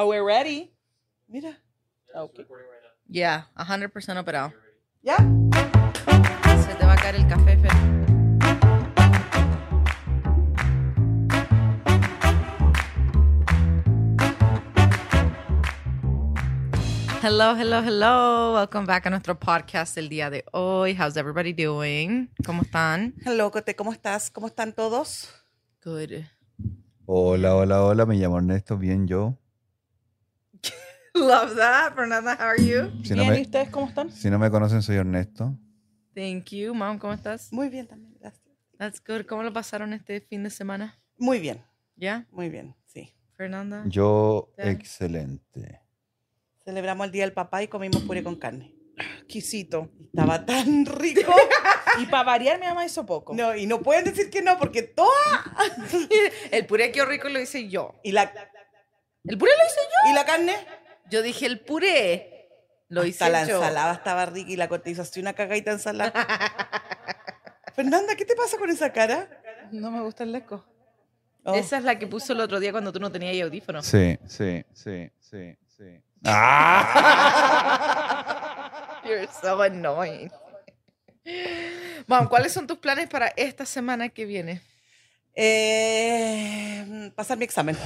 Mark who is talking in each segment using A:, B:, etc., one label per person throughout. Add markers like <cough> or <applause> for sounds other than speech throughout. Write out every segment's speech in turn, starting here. A: Oh, ready. Mira. Ah, ok.
B: Yeah, 100% operado.
A: ¿Ya?
B: Se te va a caer el café, Fer. Hello, hello, hello. Welcome back a nuestro podcast el día de hoy. How's everybody doing? ¿Cómo están?
A: Hello, Cote, ¿cómo estás? ¿Cómo están todos?
B: Good.
C: Hola, hola, hola, me llamo Ernesto, bien yo.
B: Love that. Fernanda, how are you?
C: Si no,
A: Bien, ¿y
C: me,
A: ustedes cómo están?
C: si no me conocen, soy Ernesto.
B: Thank you. Mom, ¿cómo estás?
A: Muy bien también, gracias.
B: That's good. ¿Cómo lo pasaron este fin de semana?
A: Muy bien,
B: ¿Ya?
A: muy bien, sí.
B: Fernanda.
C: Yo,
B: Ya.
C: excelente.
A: Celebramos el Día del Papá y comimos puré con carne. Exquisito. Estaba tan <laughs> rico.
D: Y para variar, mi mamá hizo poco.
A: No, y no pueden decir que no, porque toda...
B: El puré que rico lo hice yo.
A: Y la,
B: El puré lo hice
A: y la carne.
B: yo. Yo dije el puré. Lo hice
A: Hasta la
B: yo.
A: ensalada estaba rica y la Cote hizo así una cagadita de ensalada. <laughs> Fernanda, ¿qué te pasa con esa cara?
D: No me gusta el leco.
A: Oh.
B: Esa es la que puso el otro día cuando tú no tenías audífonos.
C: Sí, sí, sí, sí, sí. ¡Ah! <laughs>
B: You're so annoying. Mom, ¿cuáles son tus planes para esta semana que viene?
A: Eh, pasar mi examen.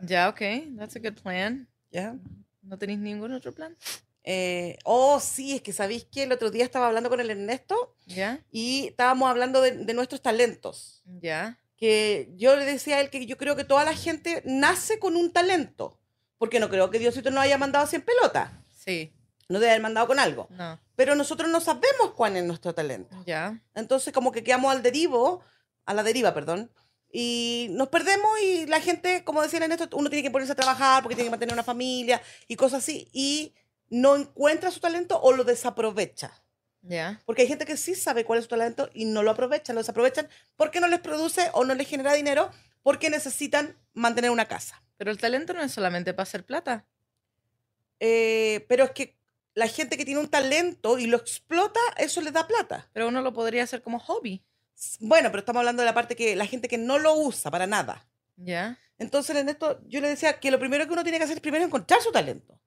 B: Ya, ok. That's a good plan.
A: ¿Ya?
B: ¿No tenéis ningún otro plan?
A: Eh, oh, sí, es que sabéis que el otro día estaba hablando con el Ernesto
B: ¿Ya?
A: y estábamos hablando de, de nuestros talentos.
B: ¿Ya?
A: Que yo le decía a él que yo creo que toda la gente nace con un talento. Porque no creo que Diosito nos haya mandado 100 pelotas.
B: Sí.
A: No debe haber mandado con algo.
B: No.
A: Pero nosotros no sabemos cuál es nuestro talento.
B: ¿Ya?
A: Entonces, como que quedamos al derivo, a la deriva, perdón. Y nos perdemos y la gente, como decían en esto, uno tiene que ponerse a trabajar porque tiene que mantener una familia y cosas así. Y no encuentra su talento o lo desaprovecha.
B: ¿Ya?
A: Porque hay gente que sí sabe cuál es su talento y no lo aprovechan, lo desaprovechan porque no les produce o no les genera dinero porque necesitan mantener una casa.
B: Pero el talento no es solamente para hacer plata.
A: Eh, pero es que la gente que tiene un talento y lo explota, eso les da plata.
B: Pero uno lo podría hacer como hobby.
A: Bueno, pero estamos hablando de la parte que la gente que no lo usa para nada.
B: ¿Ya?
A: Entonces, en esto yo le decía que lo primero que uno tiene que hacer es primero encontrar su talento.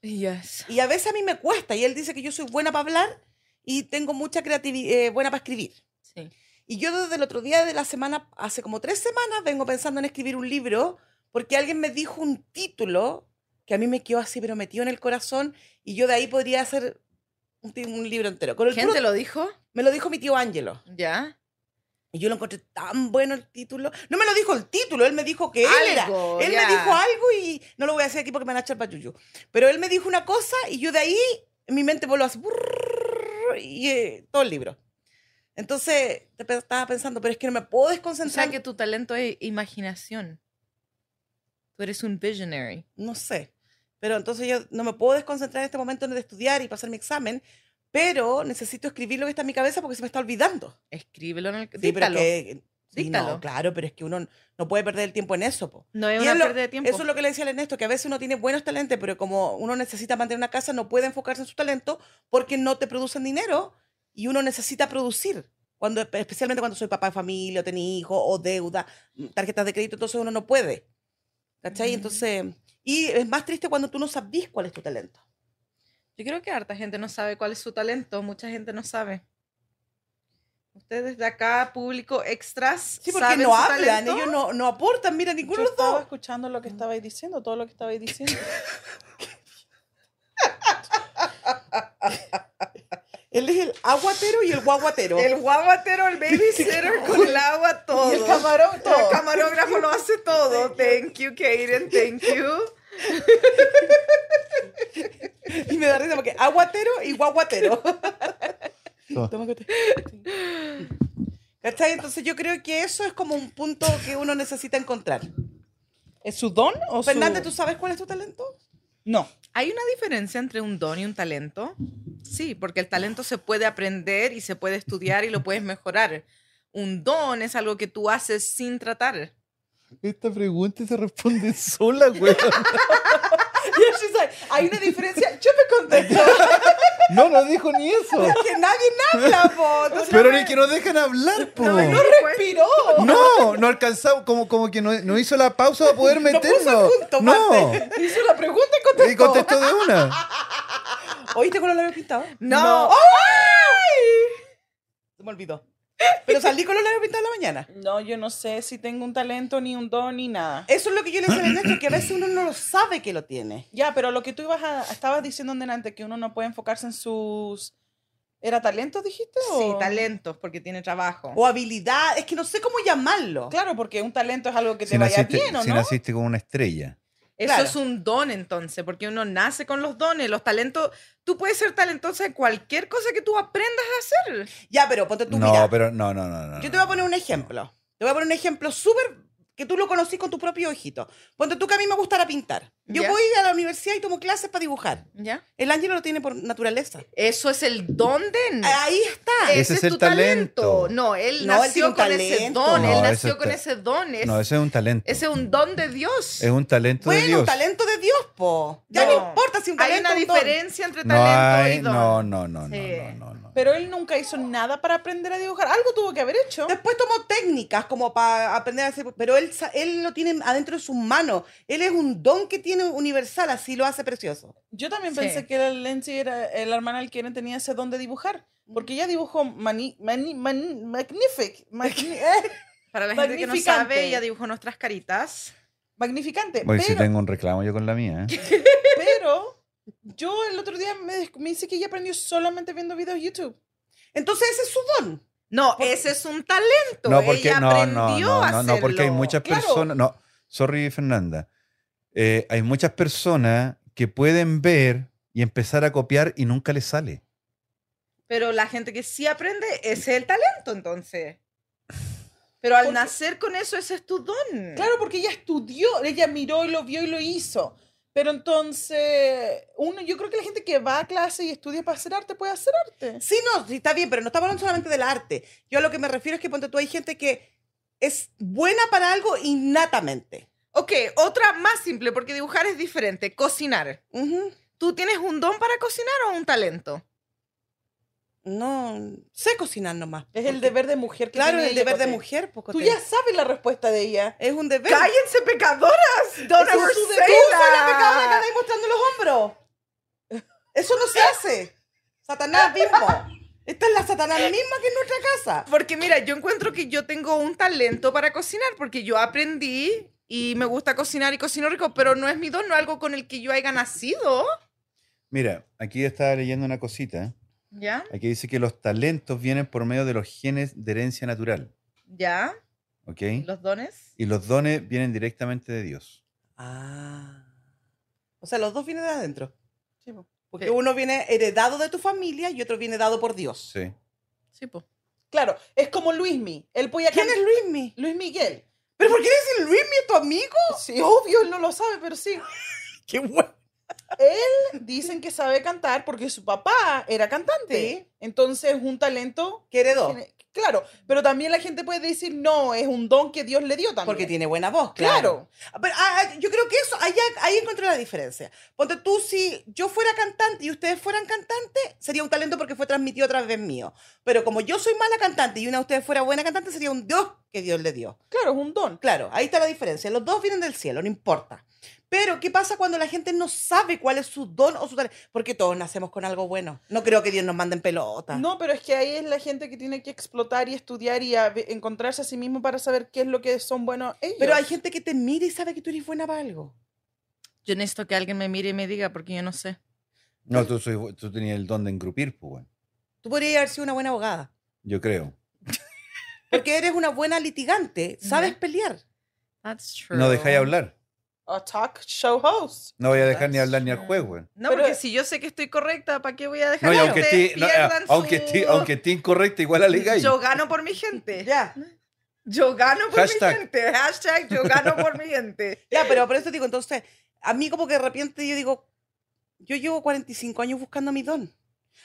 B: Yes.
A: Y a veces a mí me cuesta. Y él dice que yo soy buena para hablar y tengo mucha creatividad, buena para escribir.
B: Sí.
A: Y yo desde el otro día de la semana, hace como tres semanas, vengo pensando en escribir un libro porque alguien me dijo un título que a mí me quedó así, pero metido en el corazón y yo de ahí podría hacer un, ti- un libro entero. Con el
B: ¿Quién
A: puro-
B: te lo dijo?
A: Me lo dijo mi tío Ángelo.
B: ¿Ya?
A: Y yo lo encontré tan bueno el título. No me lo dijo el título, él me dijo que él era.
B: Algo,
A: Él
B: ya.
A: me dijo algo y no lo voy a decir aquí porque me van a echar para yuyu. Pero él me dijo una cosa y yo de ahí mi mente voló así. brrrr, Y eh, todo el libro. Entonces te pe- estaba pensando, pero es que no me puedo
B: O
A: desconcentrar.
B: sea que tu talento es imaginación. Tú eres un visionary.
A: No sé. Pero entonces yo no me puedo desconcentrar en este momento de estudiar y pasar mi examen. Pero necesito escribir lo que está en mi cabeza porque se me está olvidando.
B: Escríbelo en el...
A: Sí, pero
B: díctalo.
A: que- sí, no,
B: Díctalo.
A: claro, pero es que uno no puede perder el tiempo en eso. po.
B: No es
A: Y
B: una
A: es lo-
B: pérdida de tiempo.
A: Eso es lo que le decía al Ernesto, que a veces uno tiene buenos talentos, pero como uno necesita mantener una casa, no puede enfocarse en su talento porque no te producen dinero y uno necesita producir. Cuando, especialmente cuando soy papá de familia, o tenía hijos, o deuda, mm, tarjetas de crédito, entonces uno no puede. ¿Cachai?
B: Ujú.
A: Entonces, y es más triste cuando tú no sabes cuál es tu talento.
B: Yo creo que harta gente no sabe cuál es su talento. Mucha gente no sabe. Ustedes de acá, público extras,
A: Sí, porque
B: saben
A: no
B: su
A: hablan,
B: talento.
A: ellos no, no aportan, mira, ninguno
D: Yo
A: de los
D: estaba
A: dos.
D: escuchando lo que estabais diciendo, todo lo que
B: <laughs>
D: estabais diciendo.
A: Él es el aguatero y el guaguatero.
B: <laughs> El guaguatero,
A: <laughs>
B: el babysitter con el agua, todo.
D: Y el camarón, todo.
B: El camarógrafo lo hace todo. Thank you, Kaden. Thank you.
A: Y me da risa porque aguatero y guaguatero. Toma, Cote. ¿Cachai? Entonces yo creo que eso es como un punto que uno necesita encontrar.
D: ¿Es su don o su-
A: Fernández, ¿tú sabes cuál es tu talento?
D: No.
B: ¿Hay una diferencia entre un don y un talento? Sí, porque el talento se puede aprender y se puede estudiar y lo puedes mejorar. Un don es algo que tú haces sin tratar.
C: Esta pregunta se responde sola, güey.
D: Yeah, she's like, hay una diferencia. Yo me contesto.
C: No, no dijo ni eso.
A: que nadie habla, po. Entonces,
C: Pero ni que nos dejan hablar, po.
B: No,
D: No respiró.
C: No, no alcanzaba, como, como que no, no hizo la pausa para poder meternos.
A: junto,
C: No,
D: Hizo la pregunta y
C: y
D: contestó.
C: contestó de una.
A: ¿Oíste con los labios pintados?
B: No.
A: Se me olvidó. Pero salí con los labios pintados en la mañana.
D: No, yo no sé si tengo un talento, ni un don, ni nada.
A: Eso es lo que yo le decía a la Nacho, que a veces uno no lo sabe que lo tiene.
D: Ya, pero lo que tú ibas a... Estabas diciendo delante que uno no puede enfocarse en sus... ¿Era talento, dijiste? o-
B: Sí, talentos, porque tiene trabajo.
A: O habilidad, es que no sé cómo llamarlo.
D: Claro, porque un talento es algo que te
C: Si
D: vaya
C: naciste,
D: bien, ¿o
C: si
D: no?
C: naciste como una estrella.
B: Eso
A: Claro.
B: es un don entonces, porque uno nace con los dones, los talentos. Tú puedes ser talentosa en cualquier cosa que tú aprendas a hacer.
A: Ya, pero ponte tú,
C: No,
A: mira.
C: pero no, no, no, no.
A: Yo te voy a poner un ejemplo. Te voy a poner un ejemplo súper que tú lo conocí con tu propio ojito. Ponte tú que a mí me gustara pintar. Yo
B: Ya.
A: voy a la universidad y tomo clases para dibujar.
B: ¿Ya?
A: El ángel lo tiene por naturaleza.
B: Eso es el don de...
A: Ahí está.
C: Ese es el talento.
B: No, él
A: No, él
B: nació
A: tiene un
B: con ese
A: talento.
B: don. él
C: No,
B: nació
C: ese
B: con
C: ta-
B: ese don. es-
C: No, eso es un talento.
B: Ese es un don de Dios.
C: Es un talento de
A: Bueno,
C: Dios.
A: talento de Dios, po. Ya no,
B: No.
A: importa si un
B: Hay
A: talento
B: una
A: o un don.
B: diferencia entre
C: No
B: talento
C: hay,
B: y don.
C: no, no, no, no,
B: Sí.
C: no, no, no.
D: Pero él nunca hizo nada para aprender a dibujar. Algo tuvo que haber hecho.
A: Después tomó técnicas como para aprender a hacer, pero él, sa- él lo tiene adentro de sus manos. Él es un don que tiene universal, así lo hace precioso.
D: Yo también
B: Sí.
D: pensé que el Lindsay era eh, la hermana al que tenía ese don de dibujar. Porque ella dibujó mani, mani, mani- magnific, <laughs> magni- eh,
B: Para la gente que no
D: Magnificante.
B: sabe, ella dibujó nuestras caritas.
D: magnificante.
C: Oye, si
D: pero,
C: tengo un reclamo yo con la mía. ¿eh?
D: pero yo el otro día me, des- me dice que ella aprendió solamente viendo videos YouTube.
A: Entonces ese es su don.
B: No, ese es un talento.
C: No, porque
B: ella
C: no, no,
B: aprendió
C: no,
B: a
C: no, no, porque hay
B: hacerlo.
C: muchas
D: Claro.
C: personas, no, sorry Fernanda, Eh, hay muchas personas que pueden ver y empezar a copiar y nunca les sale.
B: Pero la gente que sí aprende, ese es el talento, entonces. Pero al
D: Porque-
B: nacer con eso, ese es tu don.
D: Claro, porque ella estudió, ella miró y lo vio y lo hizo. Pero entonces, uno, yo creo que la gente que va a clase y estudia para hacer arte puede hacer arte.
A: Sí, no, sí, está bien, pero no estamos hablando solamente del arte. Yo a lo que me refiero es que ponte tú, hay gente que es buena para algo innatamente.
B: Ok, otra más simple, porque dibujar es diferente. Cocinar.
A: Ujú.
B: ¿Tú tienes un don para cocinar o un talento?
A: No, sé cocinar nomás.
D: Es el
A: porque-
D: deber de mujer. Que
A: Claro,
D: tiene
A: el
D: ella,
A: deber de
D: Cote.
A: mujer. Pues,
D: Tú
A: Cote.
D: ya sabes la respuesta de ella.
A: Es un deber.
B: ¡Cállense, pecadoras! ¡Don
D: Ese es su deber.
A: ¡Tú soy la pecadora que andáis mostrando los hombros! Eso no se hace. Satanás mismo. Esta es la Satanás misma que es nuestra casa.
B: Porque mira, yo encuentro que yo tengo un talento para cocinar, porque yo aprendí y me gusta cocinar y cocino rico, pero no es mi don, no es algo con el que yo haya nacido.
C: Mira, aquí estaba leyendo una cosita.
B: ¿Ya?
C: Aquí dice que los talentos vienen por medio de los genes de herencia natural,
B: ¿Ya?
C: ¿ok?
B: ¿Los dones?
C: Y los dones vienen directamente de Dios.
A: Ah. O sea, los dos vienen de adentro.
D: Sí, po.
A: Porque
B: Sí.
A: uno viene heredado de tu familia y otro viene dado por Dios.
C: Sí.
B: Sí, pues.
D: Claro, es como Luismi. Él podía
A: ¿Quién es
D: cantar.
A: Luismi?
D: Luis Miguel.
A: ¿Pero por qué dice Luismi es tu amigo?
D: Sí, obvio, él no lo sabe, pero sí.
A: <laughs> ¡Qué bueno!
D: Dicen que sabe cantar porque su papá era cantante.
A: Sí.
D: Entonces es un talento.
A: Que heredó.
D: tiene- Claro, pero también la gente puede decir, no, es un don que Dios le dio también.
A: Porque tiene buena voz, claro.
D: Claro.
A: Pero, ah, ah, yo creo que eso, ahí, ahí encontré la diferencia. Ponte tú, si yo fuera cantante y ustedes fueran cantantes, sería un talento porque fue transmitido a través mío. Pero como yo soy mala cantante y una de ustedes fuera buena cantante, sería un Dios que Dios le dio.
D: Claro, es un don.
A: Claro, ahí está la diferencia. Los dos vienen del cielo, no importa. Pero, ¿qué pasa cuando la gente no sabe cuál es su don o su talento? Porque todos nacemos con algo bueno. No creo que Dios nos mande en pelota.
D: No, pero es que ahí es la gente que tiene que explotar y estudiar y a- encontrarse a sí mismo para saber qué es lo que son buenos ellos.
A: Pero hay gente que te mira y sabe que tú eres buena para algo.
B: Yo necesito que alguien me mire y me diga, porque yo no sé.
C: No, tú, soy- tú tenías el don de engrupir, pues, bueno,
A: Tú podrías haber sido una buena abogada.
C: yo creo.
A: Porque eres una buena litigante. Sabes
B: Ujú.
A: pelear.
B: That's true.
C: No dejáis hablar.
D: A talk show host.
C: No voy a dejar ni
B: That's
C: hablar ni al
B: true.
C: juez, güey.
B: No,
D: Pero-
B: porque si yo sé que estoy correcta, ¿para qué voy a dejar
C: No, y
B: que
C: aunque
B: ustedes
C: esté, no, eh,
B: pierdan
C: aunque,
B: su-
C: esté, aunque esté incorrecta, igual alegáis.
B: Yo gano por mi gente.
A: Ya.
B: Yo gano por
C: Hashtag.
B: mi gente. Hashtag yo gano por mi gente.
A: Ya, pero por eso digo, entonces, a mí como que de repente yo digo, yo llevo 45 años buscando mi don.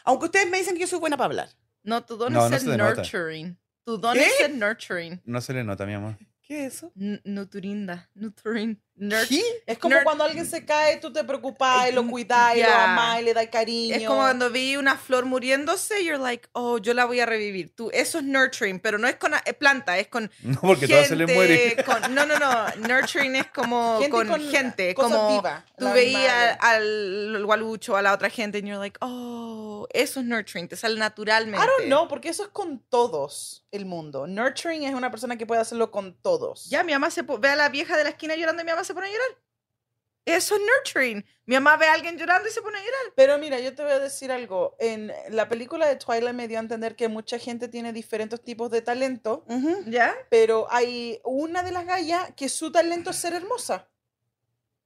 A: Aunque ustedes me dicen que yo soy buena para hablar.
B: No, tu don
C: No,
B: es
C: no
B: el
C: se denota.
B: nurturing. Tu don
A: ¿Qué?
B: es el nurturing.
C: No se le nota, mi amor.
A: ¿Qué es eso?
B: N- Nuturinda. Nuturin. Nerd.
D: Es como
B: Nerd.
D: cuando alguien se cae, tú te preocupás, y lo
B: Mm,
D: cuidás, y lo
B: ya.
D: amás, y le das cariño.
B: Es como cuando vi una flor muriéndose, you're like, oh, yo la voy a revivir. Tú, eso es nurturing, pero no es con a- eh, planta, es con
C: <laughs> No, porque todas se le
B: gente,
C: muere.
B: con- no, no, no. Nurturing es como
D: Gente
B: con,
D: con
B: <laughs> gente.
D: cosas
B: Como
D: vivas,
B: tú
D: los
B: veías
D: animales.
B: al gualucho, a la otra gente, and you're like, oh, eso es nurturing, te sale naturalmente.
D: I don't know, porque eso es con todos el mundo. Nurturing es una persona que puede hacerlo con todos.
B: Ya, mi mamá se po- ve a la vieja de la esquina llorando y mi mamá se pone a llorar. Eso es nurturing. Mi mamá ve a alguien llorando y se pone a llorar.
D: Pero mira, yo te voy a decir algo. En la película de Twilight me dio a entender que mucha gente tiene diferentes tipos de talento,
A: Ujú.
B: ¿Ya?
D: pero hay una de las gallas que su talento es ser hermosa.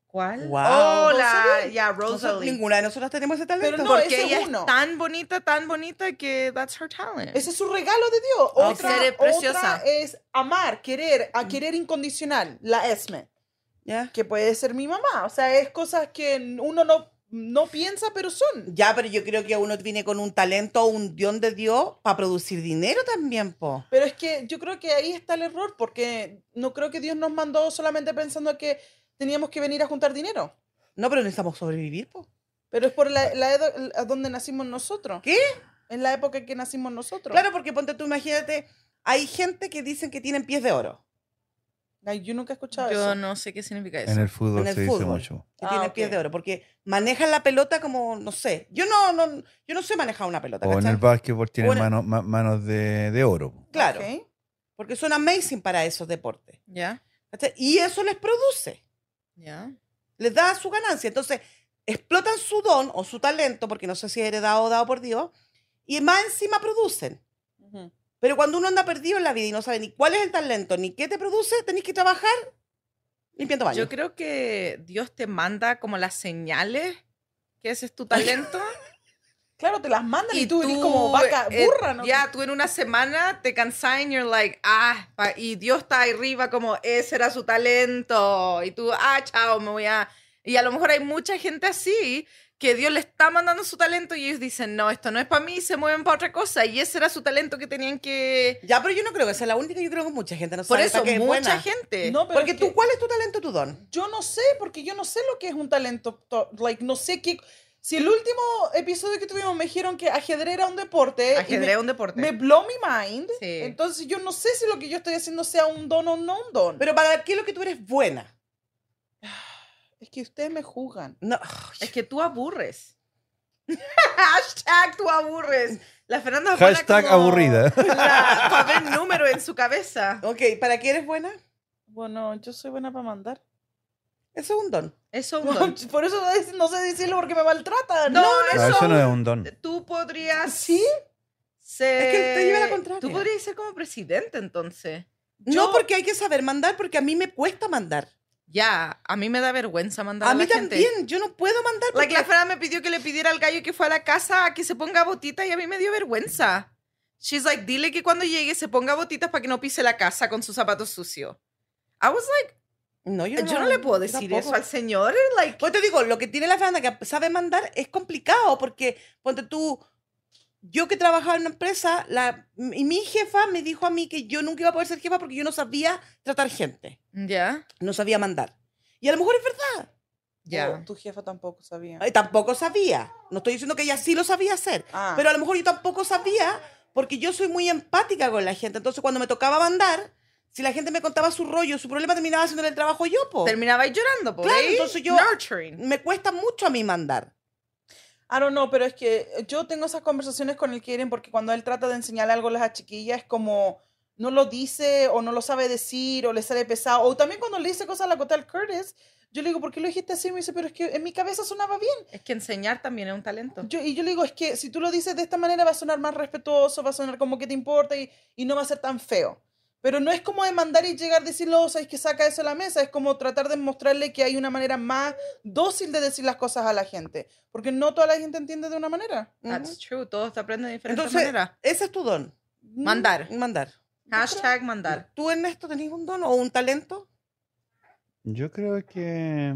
B: ¿Cuál?
A: Wow.
B: Oh,
D: No
B: la,
D: sabía.
B: ya,
A: Nosotros-
B: Rosalie.
A: ninguna de nosotras tenemos ese talento.
D: Pero no,
B: Porque
D: ese es
B: ella es
D: uno.
B: tan bonita, tan bonita que that's her talent.
D: Ese es su regalo de Dios.
A: Ah,
D: Otra,
B: Oh, ser
D: otra
B: preciosa. Mm.
D: es amar, querer, a querer incondicional, la Esme,
A: ¿Ya?
D: que puede ser mi mamá. O sea, es cosas que uno no, no piensa, pero son.
A: Ya, pero yo creo que uno viene con un talento, un dion de Dios para producir dinero también, po.
D: Pero es que yo creo que ahí está el error, porque no creo que Dios nos mandó solamente pensando que teníamos que venir a juntar dinero.
A: No, pero necesitamos sobrevivir, po.
D: Pero es por la, la edo- a donde nacimos nosotros.
A: ¿Qué?
D: Es la época en que nacimos nosotros.
A: Claro, porque ponte tú, imagínate, hay gente que dicen que tienen pies de oro.
D: Ay, yo nunca he escuchado
B: Yo
D: eso.
B: no sé qué significa eso.
C: En el fútbol
A: En el
C: se dice
A: fútbol.
C: mucho.
A: Que
D: Ah,
A: tienen
D: ok.
A: pies de oro, porque manejan la pelota como, no sé. Yo no, no, yo no sé manejar una pelota,
C: O en
A: ¿cachai?
C: el básquetbol tienen
A: en el-
C: manos, ma- manos de, de oro.
A: Claro,
D: Ok.
A: porque son amazing para esos deportes.
B: ¿Ya?
A: ¿cachai? Y eso les produce,
B: ¿Ya?
A: les da su ganancia. Entonces, explotan su don o su talento, porque no sé si es heredado o dado por Dios, y más encima producen.
D: Ujú.
A: Pero cuando uno anda perdido en la vida y no sabe ni cuál es el talento, ni qué te produce, tenés que trabajar limpiando baños.
B: Yo creo que Dios te manda como las señales que ese es tu talento.
D: Claro, te las mandan y,
B: y
D: tú, eres como vaca,
B: eh,
D: burra, ¿no?
B: Ya, tú en una semana te cansás y you're like, ah, pa- y Dios está ahí arriba como, ese era su talento. Y tú, ah, chao, me voy a... Y a lo mejor hay mucha gente así que Dios le está mandando su talento y ellos dicen, no, esto no es para mí, y se mueven para otra cosa. Y ese era su talento que tenían que...
A: Ya, pero yo no creo que sea la única, yo creo que mucha gente no
B: Por
A: sabe.
B: eso,
A: para qué es
B: mucha
A: buena.
B: gente.
D: No, eh, pero
A: Porque
D: es
A: tú,
D: que
A: ¿cuál es tu talento, tu don?
D: yo no sé, porque yo no sé lo que es un talento. to- Like, no sé qué. Si el último episodio que tuvimos me dijeron que ajedrez era un deporte. y me-
B: Ajedrez es un deporte.
D: Me blow mi mind.
B: Sí.
D: Entonces yo no sé si lo que yo estoy haciendo sea un don o no un don.
A: Pero para qué es lo que tú eres buena.
D: es que ustedes me juzgan.
A: No.
B: Es que tú aburres. <laughs> Hashtag tú aburres. La Fernanda Juana
C: Hashtag
B: como
C: aburrida. <laughs>
B: La, para ver número en su cabeza.
A: Ok, ¿para qué eres buena?
D: Bueno, yo soy buena para mandar.
A: Eso es un don.
B: Eso es un don.
D: <laughs> No, por eso no sé decirlo porque me maltratan.
B: No, no,
C: Ah,
B: eso-
C: eso no es un don.
B: Tú podrías
D: ¿Sí?
B: ser.
A: Es que te lleva la contraria.
B: Tú podrías ser como presidente entonces.
A: No, porque hay que saber mandar, porque a mí me cuesta mandar.
B: Ya, a mí me da vergüenza mandar a,
A: A mí
B: la gente.
A: también, yo no puedo mandar. porque-
B: Like, la Fernanda me pidió que le pidiera al gallo que fue a la casa a que se ponga botita y a mí me dio vergüenza. She's like, dile que cuando llegue se ponga botitas para que no pise la casa con sus zapatos sucios. I was like,
A: No, yo no,
B: Yo no le puedo decir
A: tampoco.
B: eso al señor. Like,
A: Pues te digo, lo que tiene la Fernanda que sabe mandar es complicado porque, ponte tú, yo que trabajaba en una empresa, la, y mi jefa me dijo a mí que yo nunca iba a poder ser jefa porque yo no sabía tratar gente,
B: ya,
A: no sabía mandar. Y a lo mejor es verdad,
B: ya.
D: Oh, tu jefa tampoco sabía.
A: eh, tampoco sabía. No estoy diciendo que ella sí lo sabía hacer,
D: Ah,
A: pero a lo mejor yo tampoco sabía porque yo soy muy empática con la gente. Entonces, cuando me tocaba mandar, si la gente me contaba su rollo, su problema, terminaba haciéndole el trabajo yo, po.
B: oh. Terminaba llorando, por
A: Claro,
B: ahí.
A: entonces yo-
B: Nurturing.
A: Me cuesta mucho a mí mandar.
D: I don't know, pero es que yo tengo esas conversaciones con el Keren porque cuando él trata de enseñar algo a las chiquillas es como no lo dice o no lo sabe decir o le sale pesado. O también cuando le dice cosas a la Cotal Curtis, yo le digo, ¿por qué lo dijiste así? Y me dice, pero es que en mi cabeza sonaba bien.
B: Es que enseñar también es un talento.
D: Yo, y yo le digo, es que si tú lo dices de esta manera va a sonar más respetuoso, va a sonar como que te importa y, y no va a ser tan feo. Pero no es como demandar y llegar a decirlo, o sea, es que saca eso a la mesa, es como tratar de mostrarle que hay una manera más dócil de decir las cosas a la gente. Porque no toda la gente entiende de una manera.
B: That's true. Todos te aprenden de diferentes
A: Entonces,
B: maneras.
A: ese es tu don,
B: Mandar.
A: mandar.
B: Hashtag mandar.
A: ¿Tú, Ernesto, tenés un don o un talento?
C: Yo creo que.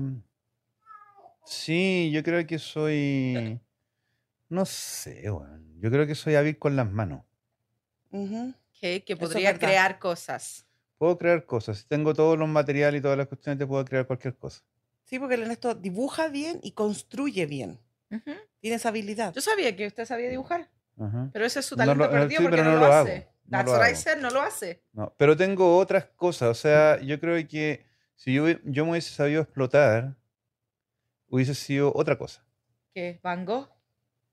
C: Sí, yo creo que soy. No sé, weón. Yo creo que soy hábil con las manos.
A: Ujú.
B: Que, que
A: Eso es
B: podría
A: verdad.
B: crear cosas.
C: Puedo crear cosas. Si tengo todos los materiales y todas las cuestiones, te puedo crear cualquier cosa.
A: Sí, porque el Ernesto dibuja bien y construye bien.
B: Ujú.
A: Tiene esa habilidad.
B: Yo sabía que usted sabía dibujar,
C: Ajá.
B: pero ese es su
C: No
B: talento
C: lo- eh,
B: perdido
C: sí,
B: porque
C: pero
B: no,
C: no
B: lo
C: lo
B: hace.
C: hago, no
B: That's
C: lo
B: right,
C: hago.
B: sir, no lo hace.
C: No, pero tengo otras cosas. O sea, yo creo que si yo, hubi- yo me hubiese sabido explotar, hubiese sido otra cosa.
B: ¿Qué? ¿Van Gogh?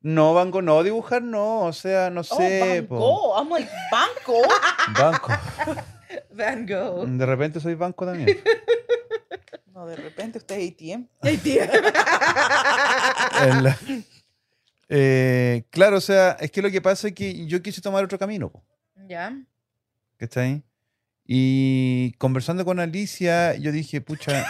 C: No, banco, no, dibujar no. O sea, no
D: Oh,
C: sé. po.
D: banco, amo el banco.
A: <laughs>
C: Banco.
B: Van Gogh.
C: De repente soy banco también.
D: No, de repente usted es ATM.
B: <laughs> Ay, tía.
C: en la- <laughs> Eh, claro, o sea, es que lo que pasa es que yo quise tomar otro camino, po,
B: ya.
C: ¿cachai? Y conversando con Alicia, yo
A: <laughs>
C: dije, pucha.